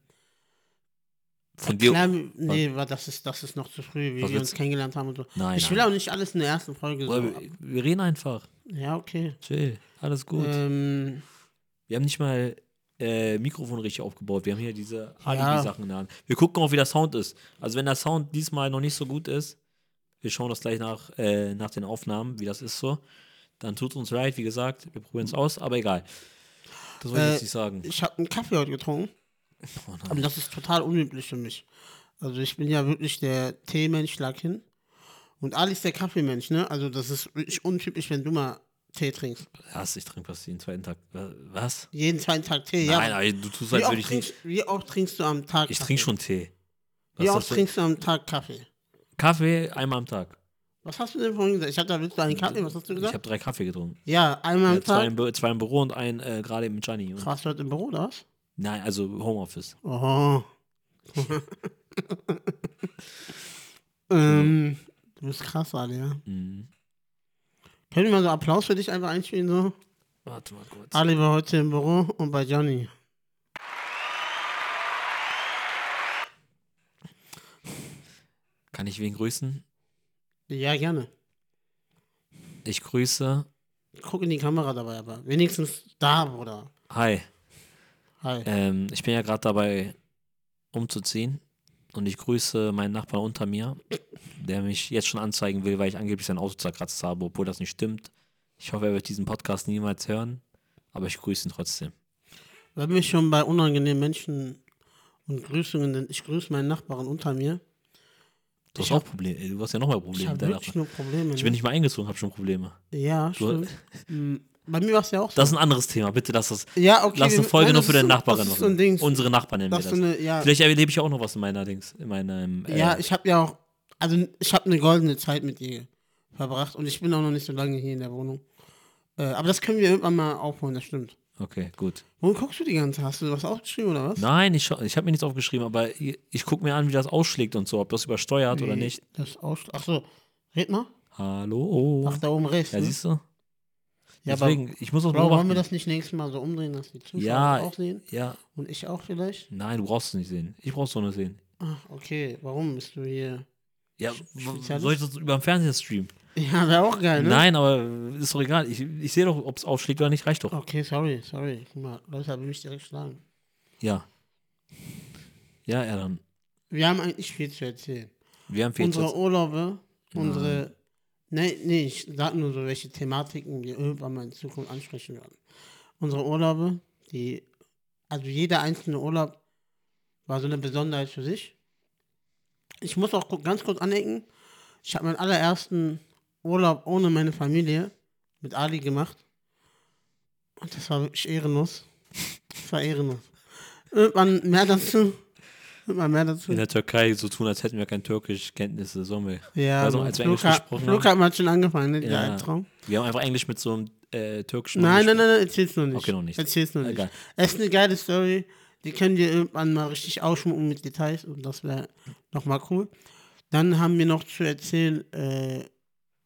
Speaker 1: Von dir.
Speaker 2: klar, nee, wa- das ist, das ist noch zu früh, wie
Speaker 1: Was
Speaker 2: wir
Speaker 1: willst
Speaker 2: uns
Speaker 1: du?
Speaker 2: kennengelernt haben und so.
Speaker 1: Nein,
Speaker 2: ich will
Speaker 1: nein.
Speaker 2: auch nicht alles in der ersten Folge so.
Speaker 1: Bruder, wir, wir reden einfach.
Speaker 2: Ja, okay.
Speaker 1: Chill. Alles gut.
Speaker 2: Ähm,
Speaker 1: Wir haben nicht mal äh, Mikrofon richtig aufgebaut. Wir haben hier diese
Speaker 2: Ja.
Speaker 1: Alibi-Sachen in der Hand. Wir gucken auch, wie der Sound ist. Also wenn der Sound diesmal noch nicht so gut ist, wir schauen das gleich nach, äh, nach den Aufnahmen, wie das ist so. Dann tut uns leid, wie gesagt, wir probieren es aus, aber egal. Das wollte ich
Speaker 2: Äh,
Speaker 1: jetzt nicht sagen.
Speaker 2: ich habe einen Kaffee heute getrunken.
Speaker 1: Oh nein.
Speaker 2: Aber das ist total unüblich für mich. Also ich bin ja wirklich der Teemensch schlag-hin. Und Ali ist der Kaffeemensch, ne? Also das ist wirklich untypisch, wenn du mal Tee trinkst.
Speaker 1: Was? Ich trinke fast jeden zweiten Tag. Wa- Was?
Speaker 2: Jeden zweiten Tag Tee,
Speaker 1: Nein,
Speaker 2: ja.
Speaker 1: aber du tust
Speaker 2: Wie
Speaker 1: halt,
Speaker 2: oft,
Speaker 1: würde ich nicht.
Speaker 2: trinkst, wie oft trinkst du am Tag
Speaker 1: Ich
Speaker 2: Kaffee?
Speaker 1: trinke schon Tee. Was also-
Speaker 2: Wie
Speaker 1: ist
Speaker 2: oft
Speaker 1: das für-
Speaker 2: trinkst du am Tag Kaffee?
Speaker 1: Kaffee einmal am Tag.
Speaker 2: Was hast du denn vorhin gesagt? Ich hatte da willst du einen Kaffee, was hast du
Speaker 1: Ich
Speaker 2: gesagt?
Speaker 1: habe drei Kaffee getrunken.
Speaker 2: Ja, einmal
Speaker 1: Äh,
Speaker 2: am
Speaker 1: zwei,
Speaker 2: Tag.
Speaker 1: im, Bü- zwei im Büro und ein äh, gerade im Gianni. Und-
Speaker 2: Warst du heute im Büro, oder was?
Speaker 1: Nein, also Homeoffice. (laughs)
Speaker 2: Oh. ähm, du bist krass, Ali, ja.
Speaker 1: Mhm.
Speaker 2: Können wir mal so Applaus für dich einfach einspielen, so?
Speaker 1: Warte mal kurz.
Speaker 2: Ali war heute im Büro und bei Johnny.
Speaker 1: Kann ich wen grüßen?
Speaker 2: Ja, gerne.
Speaker 1: Ich grüße.
Speaker 2: Guck in die Kamera dabei, aber wenigstens da, Bruder.
Speaker 1: Hi.
Speaker 2: Hi.
Speaker 1: Ähm, ich bin ja gerade dabei, umzuziehen. Und ich grüße meinen Nachbarn unter mir, der mich jetzt schon anzeigen will, weil ich angeblich sein Auto zerkratzt habe, obwohl das nicht stimmt. Ich hoffe, er wird diesen Podcast niemals hören. Aber ich grüße ihn trotzdem.
Speaker 2: Wenn wir schon bei unangenehmen Menschen und Grüßungen sind, ich grüße meinen Nachbarn unter mir.
Speaker 1: Du hast
Speaker 2: Ich
Speaker 1: auch Probleme. Ey, Du hast ja nochmal
Speaker 2: Ich
Speaker 1: Probleme mit
Speaker 2: habe
Speaker 1: deiner
Speaker 2: wirklich
Speaker 1: Nachbarn.
Speaker 2: nur Probleme.
Speaker 1: Ich bin
Speaker 2: ne?
Speaker 1: nicht mal eingezogen, habe schon Probleme.
Speaker 2: ja,
Speaker 1: Du-
Speaker 2: stimmt. Hm, bei mir war es ja auch so.
Speaker 1: Das ist ein anderes Thema. Bitte lass das.
Speaker 2: ja, okay.
Speaker 1: lass eine
Speaker 2: wir-
Speaker 1: Folge
Speaker 2: nein,
Speaker 1: nur
Speaker 2: das
Speaker 1: für
Speaker 2: ist
Speaker 1: deine
Speaker 2: so-
Speaker 1: Nachbarin
Speaker 2: Das ist
Speaker 1: machen.
Speaker 2: so ein Ding.
Speaker 1: Unsere Nachbarn nennen wir
Speaker 2: das
Speaker 1: das.
Speaker 2: ist so eine, ja,
Speaker 1: Vielleicht erlebe ich auch noch was in meiner Dings, in meinem. Äh,
Speaker 2: ja, ich habe ja auch, also ich habe eine goldene Zeit mit ihr verbracht und ich bin auch noch nicht so lange hier in der Wohnung. Äh, aber das können wir irgendwann mal aufholen, das stimmt.
Speaker 1: okay, gut.
Speaker 2: Wo guckst du die ganze Zeit? Hast du was aufgeschrieben oder was?
Speaker 1: Nein, ich, scha- ich habe mir nichts aufgeschrieben, aber ich, ich gucke mir an, wie das ausschlägt und so, ob das übersteuert oder
Speaker 2: Wie
Speaker 1: nicht.
Speaker 2: Das Ausschl Ach so, red mal.
Speaker 1: Hallo?
Speaker 2: Ach, da oben rechts.
Speaker 1: ja,
Speaker 2: ne?
Speaker 1: siehst du?
Speaker 2: Ja, aber
Speaker 1: Deswegen, ich muss das
Speaker 2: Bro, wollen wir
Speaker 1: beobachten.
Speaker 2: das nicht nächstes Mal so umdrehen, dass die Zuschauer
Speaker 1: Ja.
Speaker 2: das auch sehen?
Speaker 1: Ja,
Speaker 2: Und ich auch vielleicht?
Speaker 1: nein, du brauchst es nicht sehen. Ich brauch's doch nur sehen.
Speaker 2: Ach, okay. Warum bist du hier? (laughs)
Speaker 1: Ja,
Speaker 2: Sch-
Speaker 1: w-
Speaker 2: Spezialist?
Speaker 1: soll ich das über den Fernseher streamen?
Speaker 2: Ja, wäre auch geil, ne?
Speaker 1: Nein, aber ist doch egal. Ich, ich sehe doch, ob es aufschlägt oder nicht, reicht doch.
Speaker 2: Okay, sorry, sorry. Guck mal, Leute haben mich direkt geschlagen.
Speaker 1: Ja. Ja, ja, dann.
Speaker 2: Wir haben eigentlich viel zu erzählen.
Speaker 1: Wir haben viel zu
Speaker 2: unsere Urlaube, unsere. Nee, nee, ich sag nur so, welche Thematiken wir irgendwann mal in Zukunft ansprechen werden. Unsere Urlaube, die. Also jeder einzelne Urlaub war so eine Besonderheit für sich. Ich muss auch ku- ganz kurz anecken, ich habe meinen allerersten Urlaub ohne meine Familie mit Ali gemacht. Und das war wirklich ehrenlos. Das war ehrenlos. Irgendwann mehr dazu. Irgendwann mehr dazu.
Speaker 1: in der Türkei so tun, als hätten wir keine Türkischkenntnisse, sollen wir.
Speaker 2: Ja,
Speaker 1: also,
Speaker 2: Mann,
Speaker 1: als wir Englisch
Speaker 2: Flug-
Speaker 1: gesprochen
Speaker 2: Flug
Speaker 1: haben.
Speaker 2: hat man schon angefangen, ne?
Speaker 1: Ja.
Speaker 2: Der Albtraum.
Speaker 1: Wir haben einfach Englisch mit so einem äh, türkischen.
Speaker 2: Nein, nein, nein, nein, erzähl's noch nicht.
Speaker 1: Okay, noch nicht.
Speaker 2: Erzähl's noch nicht.
Speaker 1: Egal.
Speaker 2: Es ist eine geile Story. Die können wir irgendwann mal richtig ausschmücken mit Details und das wäre nochmal cool. Dann haben wir noch zu erzählen, äh,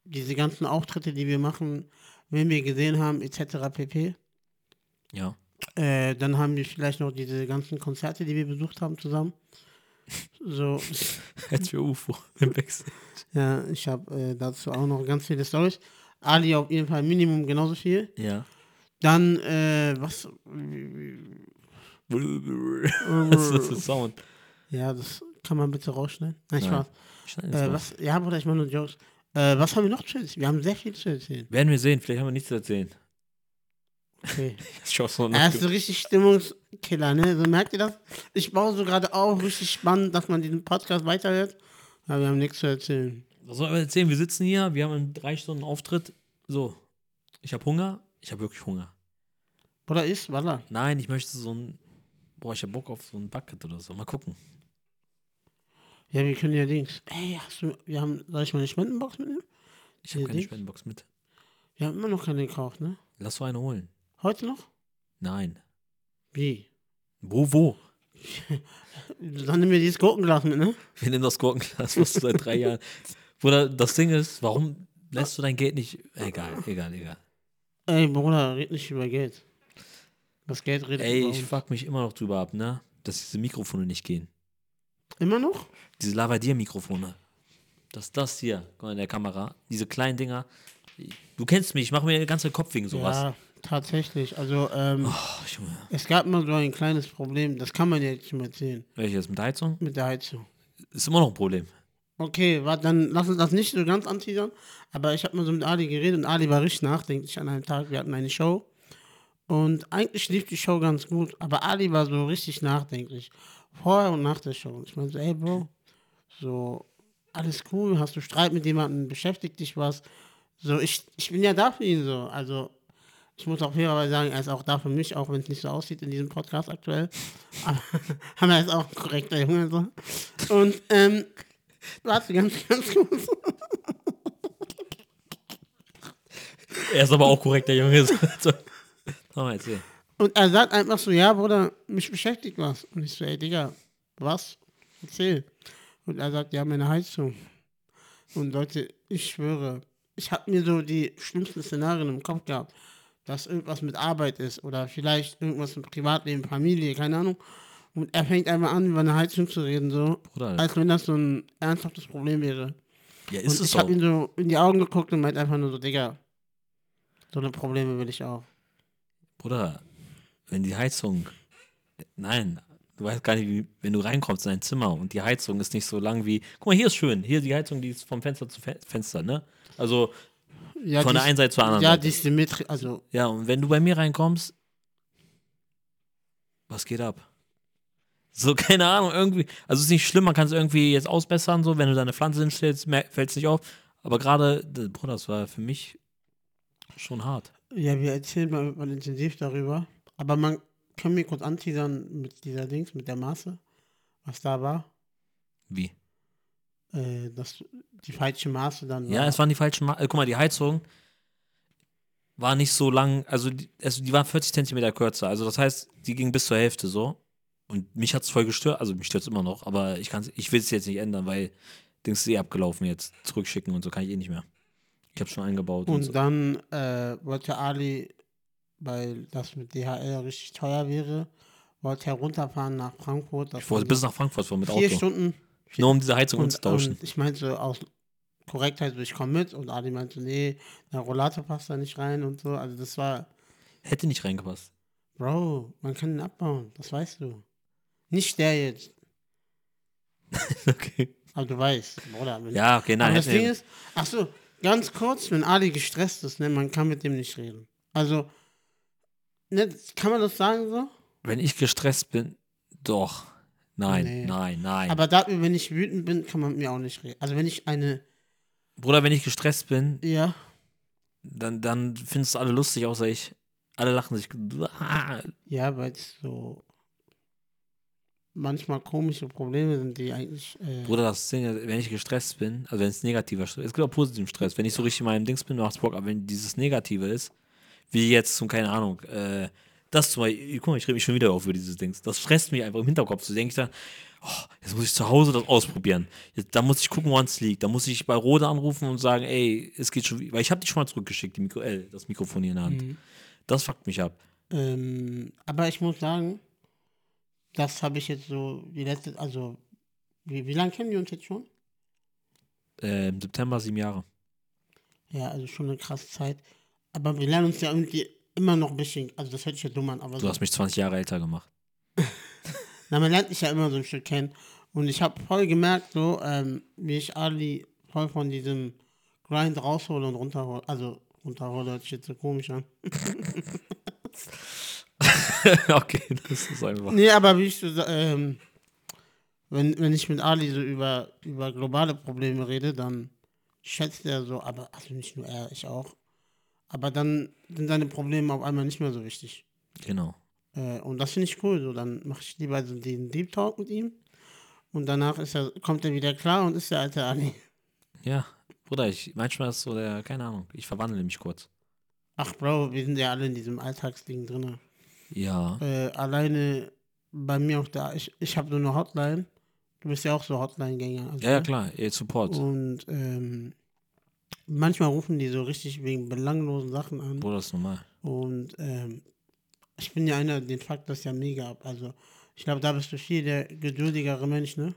Speaker 2: diese ganzen Auftritte, die wir machen, wen wir gesehen haben, etc. pp.
Speaker 1: Ja.
Speaker 2: Äh, dann haben wir vielleicht noch diese ganzen Konzerte, die wir besucht haben zusammen. So, (laughs)
Speaker 1: Als wir UFO (laughs) im Wechsel.
Speaker 2: ja, ich habe äh, dazu auch noch ganz viele Stories. Ali auf jeden Fall Minimum genauso viel.
Speaker 1: (laughs) Ja.
Speaker 2: Dann, äh, was?
Speaker 1: Was ist (laughs) das für ein Sound?
Speaker 2: Ja, das kann man bitte rausschneiden. Nein,
Speaker 1: Nein,
Speaker 2: Spaß.
Speaker 1: Schneiden wir es
Speaker 2: Äh,
Speaker 1: raus.
Speaker 2: was? Ja, Bruder, ich mache nur Jokes. Äh, was haben wir noch zu erzählen? Wir haben sehr viel zu erzählen.
Speaker 1: Werden wir sehen, vielleicht haben wir nichts zu erzählen.
Speaker 2: Okay.
Speaker 1: (laughs) Ich hoffe, es noch
Speaker 2: Er ist so richtig Stimmungskiller, ne? So merkt ihr das? Ich baue so gerade auf, richtig spannend, dass man diesen Podcast weiterhört. Aber wir haben nichts zu erzählen.
Speaker 1: Was soll man erzählen? Wir sitzen hier, wir haben in drei Stunden Auftritt. So, ich habe Hunger. Ich habe wirklich Hunger.
Speaker 2: Bruder, ist, voilà.
Speaker 1: Nein, ich möchte so ein. Boah, ich habe Bock auf so ein Bucket oder so. Mal gucken.
Speaker 2: Ja, wir können ja Dings. Ey, hast du, wir haben, soll ich meine Spendenbox mitnehmen?
Speaker 1: Ich habe
Speaker 2: Ja,
Speaker 1: keine
Speaker 2: Dings.
Speaker 1: Spendenbox mit.
Speaker 2: Wir haben immer noch keine gekauft, ne?
Speaker 1: Lass so eine holen.
Speaker 2: Heute noch?
Speaker 1: Nein.
Speaker 2: Wie?
Speaker 1: Wo, wo?
Speaker 2: Dann nehmen wir dieses Gurkenglas mit, ne?
Speaker 1: Wir nehmen das Gurkenglas, was du (laughs) seit drei Jahren. Bruder, das Ding ist, warum lässt du dein Geld nicht. Egal, egal, egal.
Speaker 2: Ey, Bruder, red nicht über Geld. Das Geld redet
Speaker 1: Ey,
Speaker 2: über
Speaker 1: ich
Speaker 2: uns.
Speaker 1: fuck mich immer noch drüber ab, ne? Dass diese Mikrofone nicht gehen.
Speaker 2: Immer noch?
Speaker 1: Diese Lavadier-Mikrofone. Dass das hier, guck mal in der Kamera, diese kleinen Dinger. Du kennst mich, ich mache mir den ganzen Kopf wegen sowas.
Speaker 2: Ja, tatsächlich. Also, ähm,
Speaker 1: Oh, Junge.
Speaker 2: es gab mal so ein kleines Problem, das kann man jetzt schon erzählen,
Speaker 1: Welches mit der Heizung?
Speaker 2: mit der Heizung.
Speaker 1: Ist immer noch ein Problem.
Speaker 2: Okay, warte, dann lass uns das nicht so ganz anteasern. Aber ich habe mal so mit Ali geredet und Ali war richtig nachdenklich an einem Tag. Wir hatten eine Show und eigentlich lief die Show ganz gut, aber Ali war so richtig nachdenklich. Vorher und nach der Show. Und ich meinte so, ey Bro, so alles cool, hast du Streit mit jemandem, beschäftigt dich was. So, ich, ich bin ja da für ihn so. Also, ich muss auch fairerweise sagen, er ist auch da für mich, auch wenn es nicht so aussieht in diesem Podcast aktuell. (laughs) Aber, aber er ist auch ein korrekter Junge so. Und, ähm, Warte, ganz, ganz kurz.
Speaker 1: Er ist aber auch korrekt, der Junge. (laughs) So, so. Sag mal, erzähl.
Speaker 2: Und er sagt einfach so, ja, Bruder, mich beschäftigt was. Und ich so, ey, Digga, was? Erzähl. Und er sagt, ja, meine Heizung. Und Leute, ich schwöre, ich habe mir so die schlimmsten Szenarien im Kopf gehabt, dass irgendwas mit Arbeit ist oder vielleicht irgendwas mit Privatleben, Familie, keine Ahnung. Und er fängt einfach an, über eine Heizung zu reden, so,
Speaker 1: Bruder.
Speaker 2: als wenn das so ein ernsthaftes Problem wäre.
Speaker 1: Ja,
Speaker 2: Also, Und
Speaker 1: ist es
Speaker 2: ich
Speaker 1: doch.
Speaker 2: habe ihn so in die Augen geguckt und meinte einfach nur so, Digga, so eine Probleme will ich auch.
Speaker 1: Bruder, wenn die Heizung. Nein, du weißt gar nicht, wie, wenn du reinkommst in dein Zimmer und die Heizung ist nicht so lang wie. Guck mal, hier ist schön. Hier die Heizung, die ist vom Fenster zu Fe Fenster, ne? Also
Speaker 2: Ja,
Speaker 1: von der
Speaker 2: dies-
Speaker 1: einen Seite zur anderen
Speaker 2: Ja,
Speaker 1: Seite.
Speaker 2: die Symmetrie, also
Speaker 1: Ja, und wenn du bei mir reinkommst, was geht ab? So, (laughs) keine Ahnung, irgendwie. Also ist nicht schlimm, man kann es irgendwie jetzt ausbessern, so, wenn du deine Pflanze hinstellst, fällt es nicht auf. Aber gerade, d- Bruder, das war für mich schon hart.
Speaker 2: ja, wir erzählen mal, mal intensiv darüber. Aber man kann mir kurz anteasern mit dieser Dings, mit der Maße, was da war.
Speaker 1: Wie?
Speaker 2: Äh, dass die falsche Maße dann
Speaker 1: Ja,
Speaker 2: war.
Speaker 1: es waren die falschen. Ma äh, guck mal, die Heizung war nicht so lang, also die, also die war 40 Zentimeter kürzer. Also das heißt, die ging bis zur Hälfte so. Und mich hat es voll gestört, also mich stört es immer noch, aber ich, kann's- ich will es jetzt nicht ändern, weil Dings ist eh abgelaufen jetzt. Zurückschicken und so kann ich eh nicht mehr. Ich habe schon eingebaut und, so.
Speaker 2: Und dann äh, wollte Ali, weil das mit DHL richtig teuer wäre, wollte herunterfahren nach Frankfurt. Das
Speaker 1: Ich wollte
Speaker 2: waren
Speaker 1: bis nach Frankfurt fahren mit
Speaker 2: vier
Speaker 1: Auto.
Speaker 2: Stunden.
Speaker 1: Nur um diese Heizung umzutauschen.
Speaker 2: ich meinte so, aus korrekt halt, so, ich komme mit und Ali meinte, nee, der Rollator passt da nicht rein und so. Also das war,
Speaker 1: Hätte nicht
Speaker 2: (laughs)
Speaker 1: reingepasst.
Speaker 2: Bro, man kann ihn abbauen, das weißt du. Nicht der jetzt,
Speaker 1: okay.
Speaker 2: aber du weißt, Bruder. Wenn,
Speaker 1: Ja, okay, nein.
Speaker 2: aber das
Speaker 1: hätten wir-
Speaker 2: Ding ist, ach so, ganz kurz, wenn Ali gestresst ist, ne, man kann mit dem nicht reden. Also, ne, kann man das sagen so?
Speaker 1: wenn ich gestresst bin, doch. Nein,
Speaker 2: Nee.
Speaker 1: nein, nein.
Speaker 2: Aber da, wenn ich wütend bin, kann man mit mir auch nicht reden. Also wenn ich eine,
Speaker 1: Bruder, wenn ich gestresst bin,
Speaker 2: ja,
Speaker 1: dann, dann findest du alle lustig, außer ich. Alle lachen sich. (laughs) Ah,
Speaker 2: ja, weil es so manchmal komische Probleme sind, die eigentlich, äh,
Speaker 1: Bruder, das Ding, ist, wenn ich gestresst bin, also wenn es negativer Stress es gibt auch positiven Stress. Wenn ich so richtig in meinem Dings bin, macht's Bock, aber wenn dieses Negative ist, wie jetzt zum, keine Ahnung, äh, das zum Beispiel, guck mal, ich rede mich schon wieder auf über dieses Dings. Das stresst mich einfach im Hinterkopf. So denke ich dann, oh, jetzt muss ich zu Hause das ausprobieren. Jetzt, da muss ich gucken, woran es liegt. Da muss ich bei Rode anrufen und sagen, ey, es geht schon, wie- weil ich habe dich schon mal zurückgeschickt, die Mikro, äh, das Mikrofon hier in der Hand. Das fuckt mich ab.
Speaker 2: ähm, aber ich muss sagen, das habe ich jetzt so die letzte, also wie, wie lange kennen wir uns jetzt schon?
Speaker 1: Äh, Im September sieben Jahre.
Speaker 2: Ja, also schon eine krasse Zeit. Aber wir lernen uns ja irgendwie immer noch ein bisschen, also das hört sich ja dumm an, aber
Speaker 1: Du
Speaker 2: so,
Speaker 1: hast mich 20 Jahre älter gemacht.
Speaker 2: na, man lernt sich ja immer so ein Stück kennen. Und ich habe voll gemerkt, so, ähm, wie ich Ali voll von diesem Grind raushole und runterhole. Also runterhole hört sich jetzt so komisch an.
Speaker 1: (laughs) okay, das ist einfach.
Speaker 2: Nee, aber wie ich so, sa- ähm, wenn, wenn ich mit Ali so über, über globale Probleme rede, dann schätzt er so, aber, also nicht nur er, ich auch. Aber dann sind seine Probleme auf einmal nicht mehr so wichtig.
Speaker 1: Genau.
Speaker 2: Äh, und das finde ich cool. So, dann mache ich lieber so den Deep Talk mit ihm. Und danach ist er, kommt er wieder klar und ist der alte Ali.
Speaker 1: Ja, Bruder, ich, manchmal ist so der, keine Ahnung, ich verwandle mich kurz.
Speaker 2: Ach, Bro, wir sind ja alle in diesem Alltagsding drin.
Speaker 1: Ja.
Speaker 2: Äh, alleine bei mir auch da. Ich, ich habe so eine Hotline. Du bist ja auch so Hotline-Gänger. Also,
Speaker 1: Ja, ja,
Speaker 2: ne?
Speaker 1: klar, ihr Support.
Speaker 2: Und ähm, manchmal rufen die so richtig wegen belanglosen Sachen an.
Speaker 1: Bruder, ist normal.
Speaker 2: Und ähm, ich bin ja einer, den fuckt das ja mega ab. Also, ich glaube, da bist du viel der geduldigere Mensch, ne?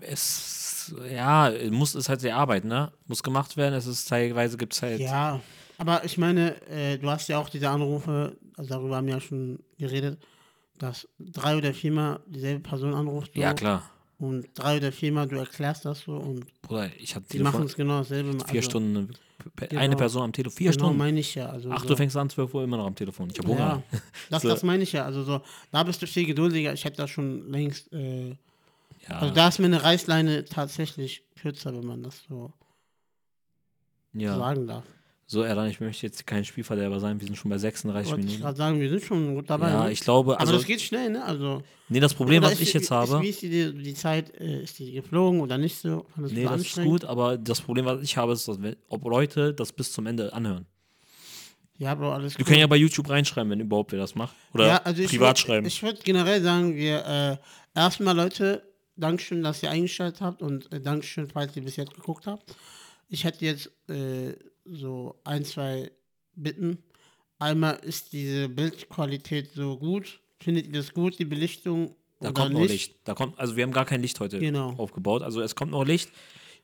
Speaker 1: Es, ja, muss, ist halt die Arbeit, ne? Muss gemacht werden, es ist teilweise, gibt es halt.
Speaker 2: Ja, aber ich meine, äh, du hast ja auch diese Anrufe, also darüber haben wir ja schon geredet, dass drei oder viermal dieselbe Person anruft so,
Speaker 1: Ja, klar.
Speaker 2: und drei oder viermal du erklärst das so und
Speaker 1: Bruder, ich habe
Speaker 2: die machen
Speaker 1: Telefon
Speaker 2: es genau dasselbe.
Speaker 1: vier
Speaker 2: also,
Speaker 1: Stunden, pe-
Speaker 2: Genau.
Speaker 1: eine Person am Telefon, vier
Speaker 2: genau
Speaker 1: Stunden.
Speaker 2: meine ich ja. Also
Speaker 1: Ach,
Speaker 2: so.
Speaker 1: du fängst an, 12 Uhr immer noch am Telefon. Ich habe Hunger.
Speaker 2: Ja, das,
Speaker 1: So.
Speaker 2: das meine ich ja. Also so, da bist du viel geduldiger. Ich hätte das schon längst. Äh,
Speaker 1: Ja,
Speaker 2: Also da ist mir eine Reißleine tatsächlich kürzer, wenn man das so
Speaker 1: ja.
Speaker 2: sagen darf.
Speaker 1: So, Erdan, ich möchte jetzt kein Spielverderber sein, wir sind schon bei 36
Speaker 2: Wollte ich
Speaker 1: Minuten.
Speaker 2: gerade sagen, wir sind schon gut dabei.
Speaker 1: Ja,
Speaker 2: ne?
Speaker 1: ich glaube,
Speaker 2: aber
Speaker 1: also,
Speaker 2: das geht schnell, ne? Also
Speaker 1: nee, das Problem,
Speaker 2: Oder
Speaker 1: was
Speaker 2: ist
Speaker 1: ich
Speaker 2: die-
Speaker 1: jetzt
Speaker 2: Ist,
Speaker 1: habe.
Speaker 2: wie ist die, die Zeit? äh, Ist die geflogen oder nicht so? Fandest
Speaker 1: Nee,
Speaker 2: du
Speaker 1: das ist
Speaker 2: anstrengend?
Speaker 1: gut, aber das Problem, was ich habe, ist, dass, wenn, ob Leute das bis zum Ende anhören.
Speaker 2: Ja, Bro, alles
Speaker 1: Wir
Speaker 2: gut.
Speaker 1: können ja bei YouTube reinschreiben, wenn überhaupt wer das macht. Oder
Speaker 2: ja, also ich
Speaker 1: privat
Speaker 2: würd-
Speaker 1: schreiben.
Speaker 2: Ich würde generell sagen, wir äh, erstmal Leute, Dankeschön, dass ihr eingeschaltet habt und äh, Dankeschön, falls ihr bis jetzt geguckt habt. Ich hätte jetzt äh, so ein, zwei Bitten. Einmal ist diese Bildqualität so gut. Findet ihr das gut, die Belichtung?
Speaker 1: da
Speaker 2: oder
Speaker 1: kommt noch
Speaker 2: nicht?
Speaker 1: Licht. Da kommt, also wir haben gar kein Licht heute
Speaker 2: Genau.
Speaker 1: aufgebaut. Also es kommt noch Licht.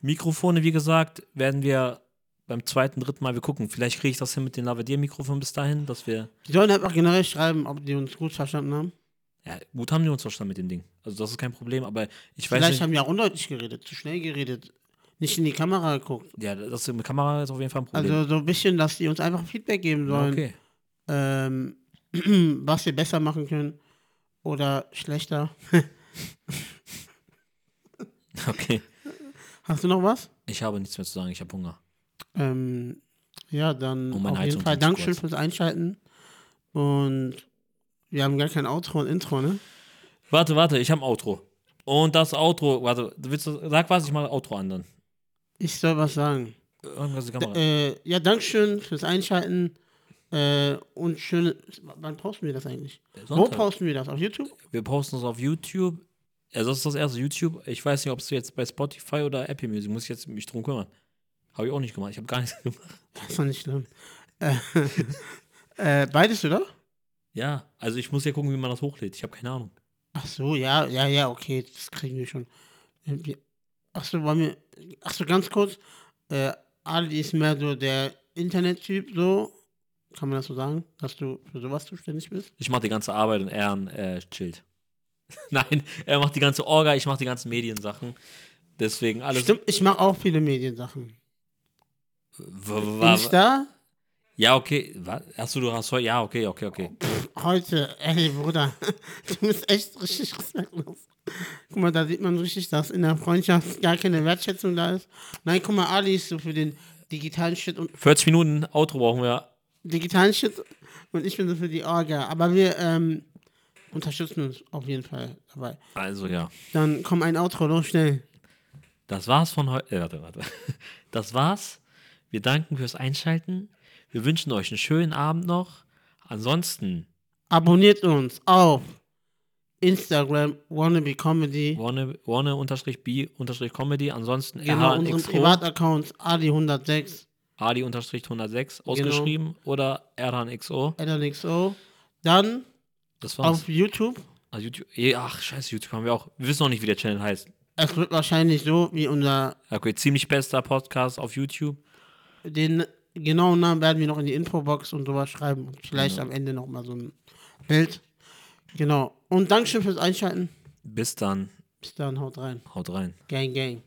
Speaker 1: Mikrofone, wie gesagt, werden wir beim zweiten, dritten Mal, wir gucken. Vielleicht kriege ich das hin mit den Lavadier-Mikrofonen bis dahin, dass wir.
Speaker 2: Die sollen einfach generell schreiben, ob die uns gut verstanden haben.
Speaker 1: Ja, gut haben die uns verstanden mit dem Ding. Also das ist kein Problem, aber ich weiß
Speaker 2: Vielleicht
Speaker 1: nicht.
Speaker 2: haben wir auch undeutlich geredet, zu schnell geredet, nicht in die Kamera geguckt.
Speaker 1: Ja, das mit Kamera ist auf jeden Fall ein Problem.
Speaker 2: Also so ein bisschen, dass die uns einfach Feedback
Speaker 1: ja,
Speaker 2: geben sollen.
Speaker 1: okay. (laughs)
Speaker 2: ähm, (clears throat) was wir besser machen können oder schlechter.
Speaker 1: okay.
Speaker 2: Hast du noch was?
Speaker 1: Ich habe nichts mehr zu sagen, ich habe Hunger.
Speaker 2: Ähm, ja, dann
Speaker 1: Oh,
Speaker 2: auf
Speaker 1: meine
Speaker 2: jeden
Speaker 1: Heizung
Speaker 2: Fall
Speaker 1: tut's
Speaker 2: Dankeschön
Speaker 1: kurz.
Speaker 2: fürs Einschalten. Und wir haben gar kein Outro und Intro, ne?
Speaker 1: Warte, warte, ich habe ein Outro. Und das Outro, warte, du willst du, sag was, ich mache Outro an dann.
Speaker 2: Ich soll was sagen.
Speaker 1: Irgendwas die Kamera.
Speaker 2: Äh, ja, Dankeschön fürs Einschalten. Äh, und schöne. Wann posten wir das eigentlich? Wo
Speaker 1: Sonntag.
Speaker 2: posten wir das? Auf YouTube?
Speaker 1: Wir posten es auf YouTube. Also das ist das erste YouTube. Ich weiß nicht, ob es jetzt bei Spotify oder Apple Music, muss ich jetzt mich drum kümmern. Habe ich auch nicht gemacht, ich habe gar nichts (laughs) gemacht.
Speaker 2: Das ist doch nicht schlimm. (laughs) Äh, äh, beides, oder?
Speaker 1: Ja, also ich muss ja gucken, wie man das hochlädt. Ich habe keine Ahnung.
Speaker 2: Ach so, ja, Ähm, ja, ja, okay, das kriegen wir schon. Wir- Ach so, wollen wir. Ach so, ganz kurz. Äh, Ali ist mehr so der Internettyp, so. Kann man das so sagen, dass du für sowas zuständig bist?
Speaker 1: Ich mache die ganze Arbeit und er äh, chillt. (laughs) Nein, er macht die ganze Orga, ich mache die ganzen Mediensachen. Deswegen alles.
Speaker 2: Stimmt, ich mache auch viele Mediensachen.
Speaker 1: W- wa-
Speaker 2: Insta?
Speaker 1: Ja, okay. wa- Achso, du hast heute. Ja, okay, okay, okay.
Speaker 2: Heute, ey Bruder, (laughs) du bist echt richtig respektlos. Guck mal, da sieht man richtig, dass in der Freundschaft gar keine Wertschätzung da ist. Nein, guck mal, Ali ist so für den digitalen Shit und
Speaker 1: 40 Minuten Outro brauchen wir.
Speaker 2: digitalen Shit und ich bin so für die Orga. Aber wir ähm, unterstützen uns auf jeden Fall dabei.
Speaker 1: Also ja.
Speaker 2: Dann komm ein Outro, los schnell.
Speaker 1: Das war's von heute. Äh, warte, (laughs) warte. Das war's. Wir danken fürs Einschalten. Wir wünschen euch einen schönen Abend noch. Ansonsten,
Speaker 2: Abonniert uns auf Instagram, wannabe comedy.
Speaker 1: warne-b-comedy. Ansonsten
Speaker 2: Genau, unseren
Speaker 1: rhnxo,
Speaker 2: Privataccount Ali106.
Speaker 1: ali-106
Speaker 2: Genau.
Speaker 1: ausgeschrieben oder rhnxo.
Speaker 2: LNXO. Dann
Speaker 1: Das war's.
Speaker 2: auf YouTube.
Speaker 1: Also YouTube, eh, ach, scheiße, YouTube haben wir auch. Wir wissen noch nicht, wie der Channel heißt.
Speaker 2: Es wird wahrscheinlich so wie unser.
Speaker 1: Okay, ziemlich bester Podcast auf YouTube.
Speaker 2: Den genauen Namen werden wir noch in die Infobox und sowas schreiben. Und vielleicht am Ende nochmal so ein Bild. Genau. Und Dankeschön fürs Einschalten.
Speaker 1: Bis dann.
Speaker 2: Bis dann, haut rein.
Speaker 1: Haut rein.
Speaker 2: Gang, gang.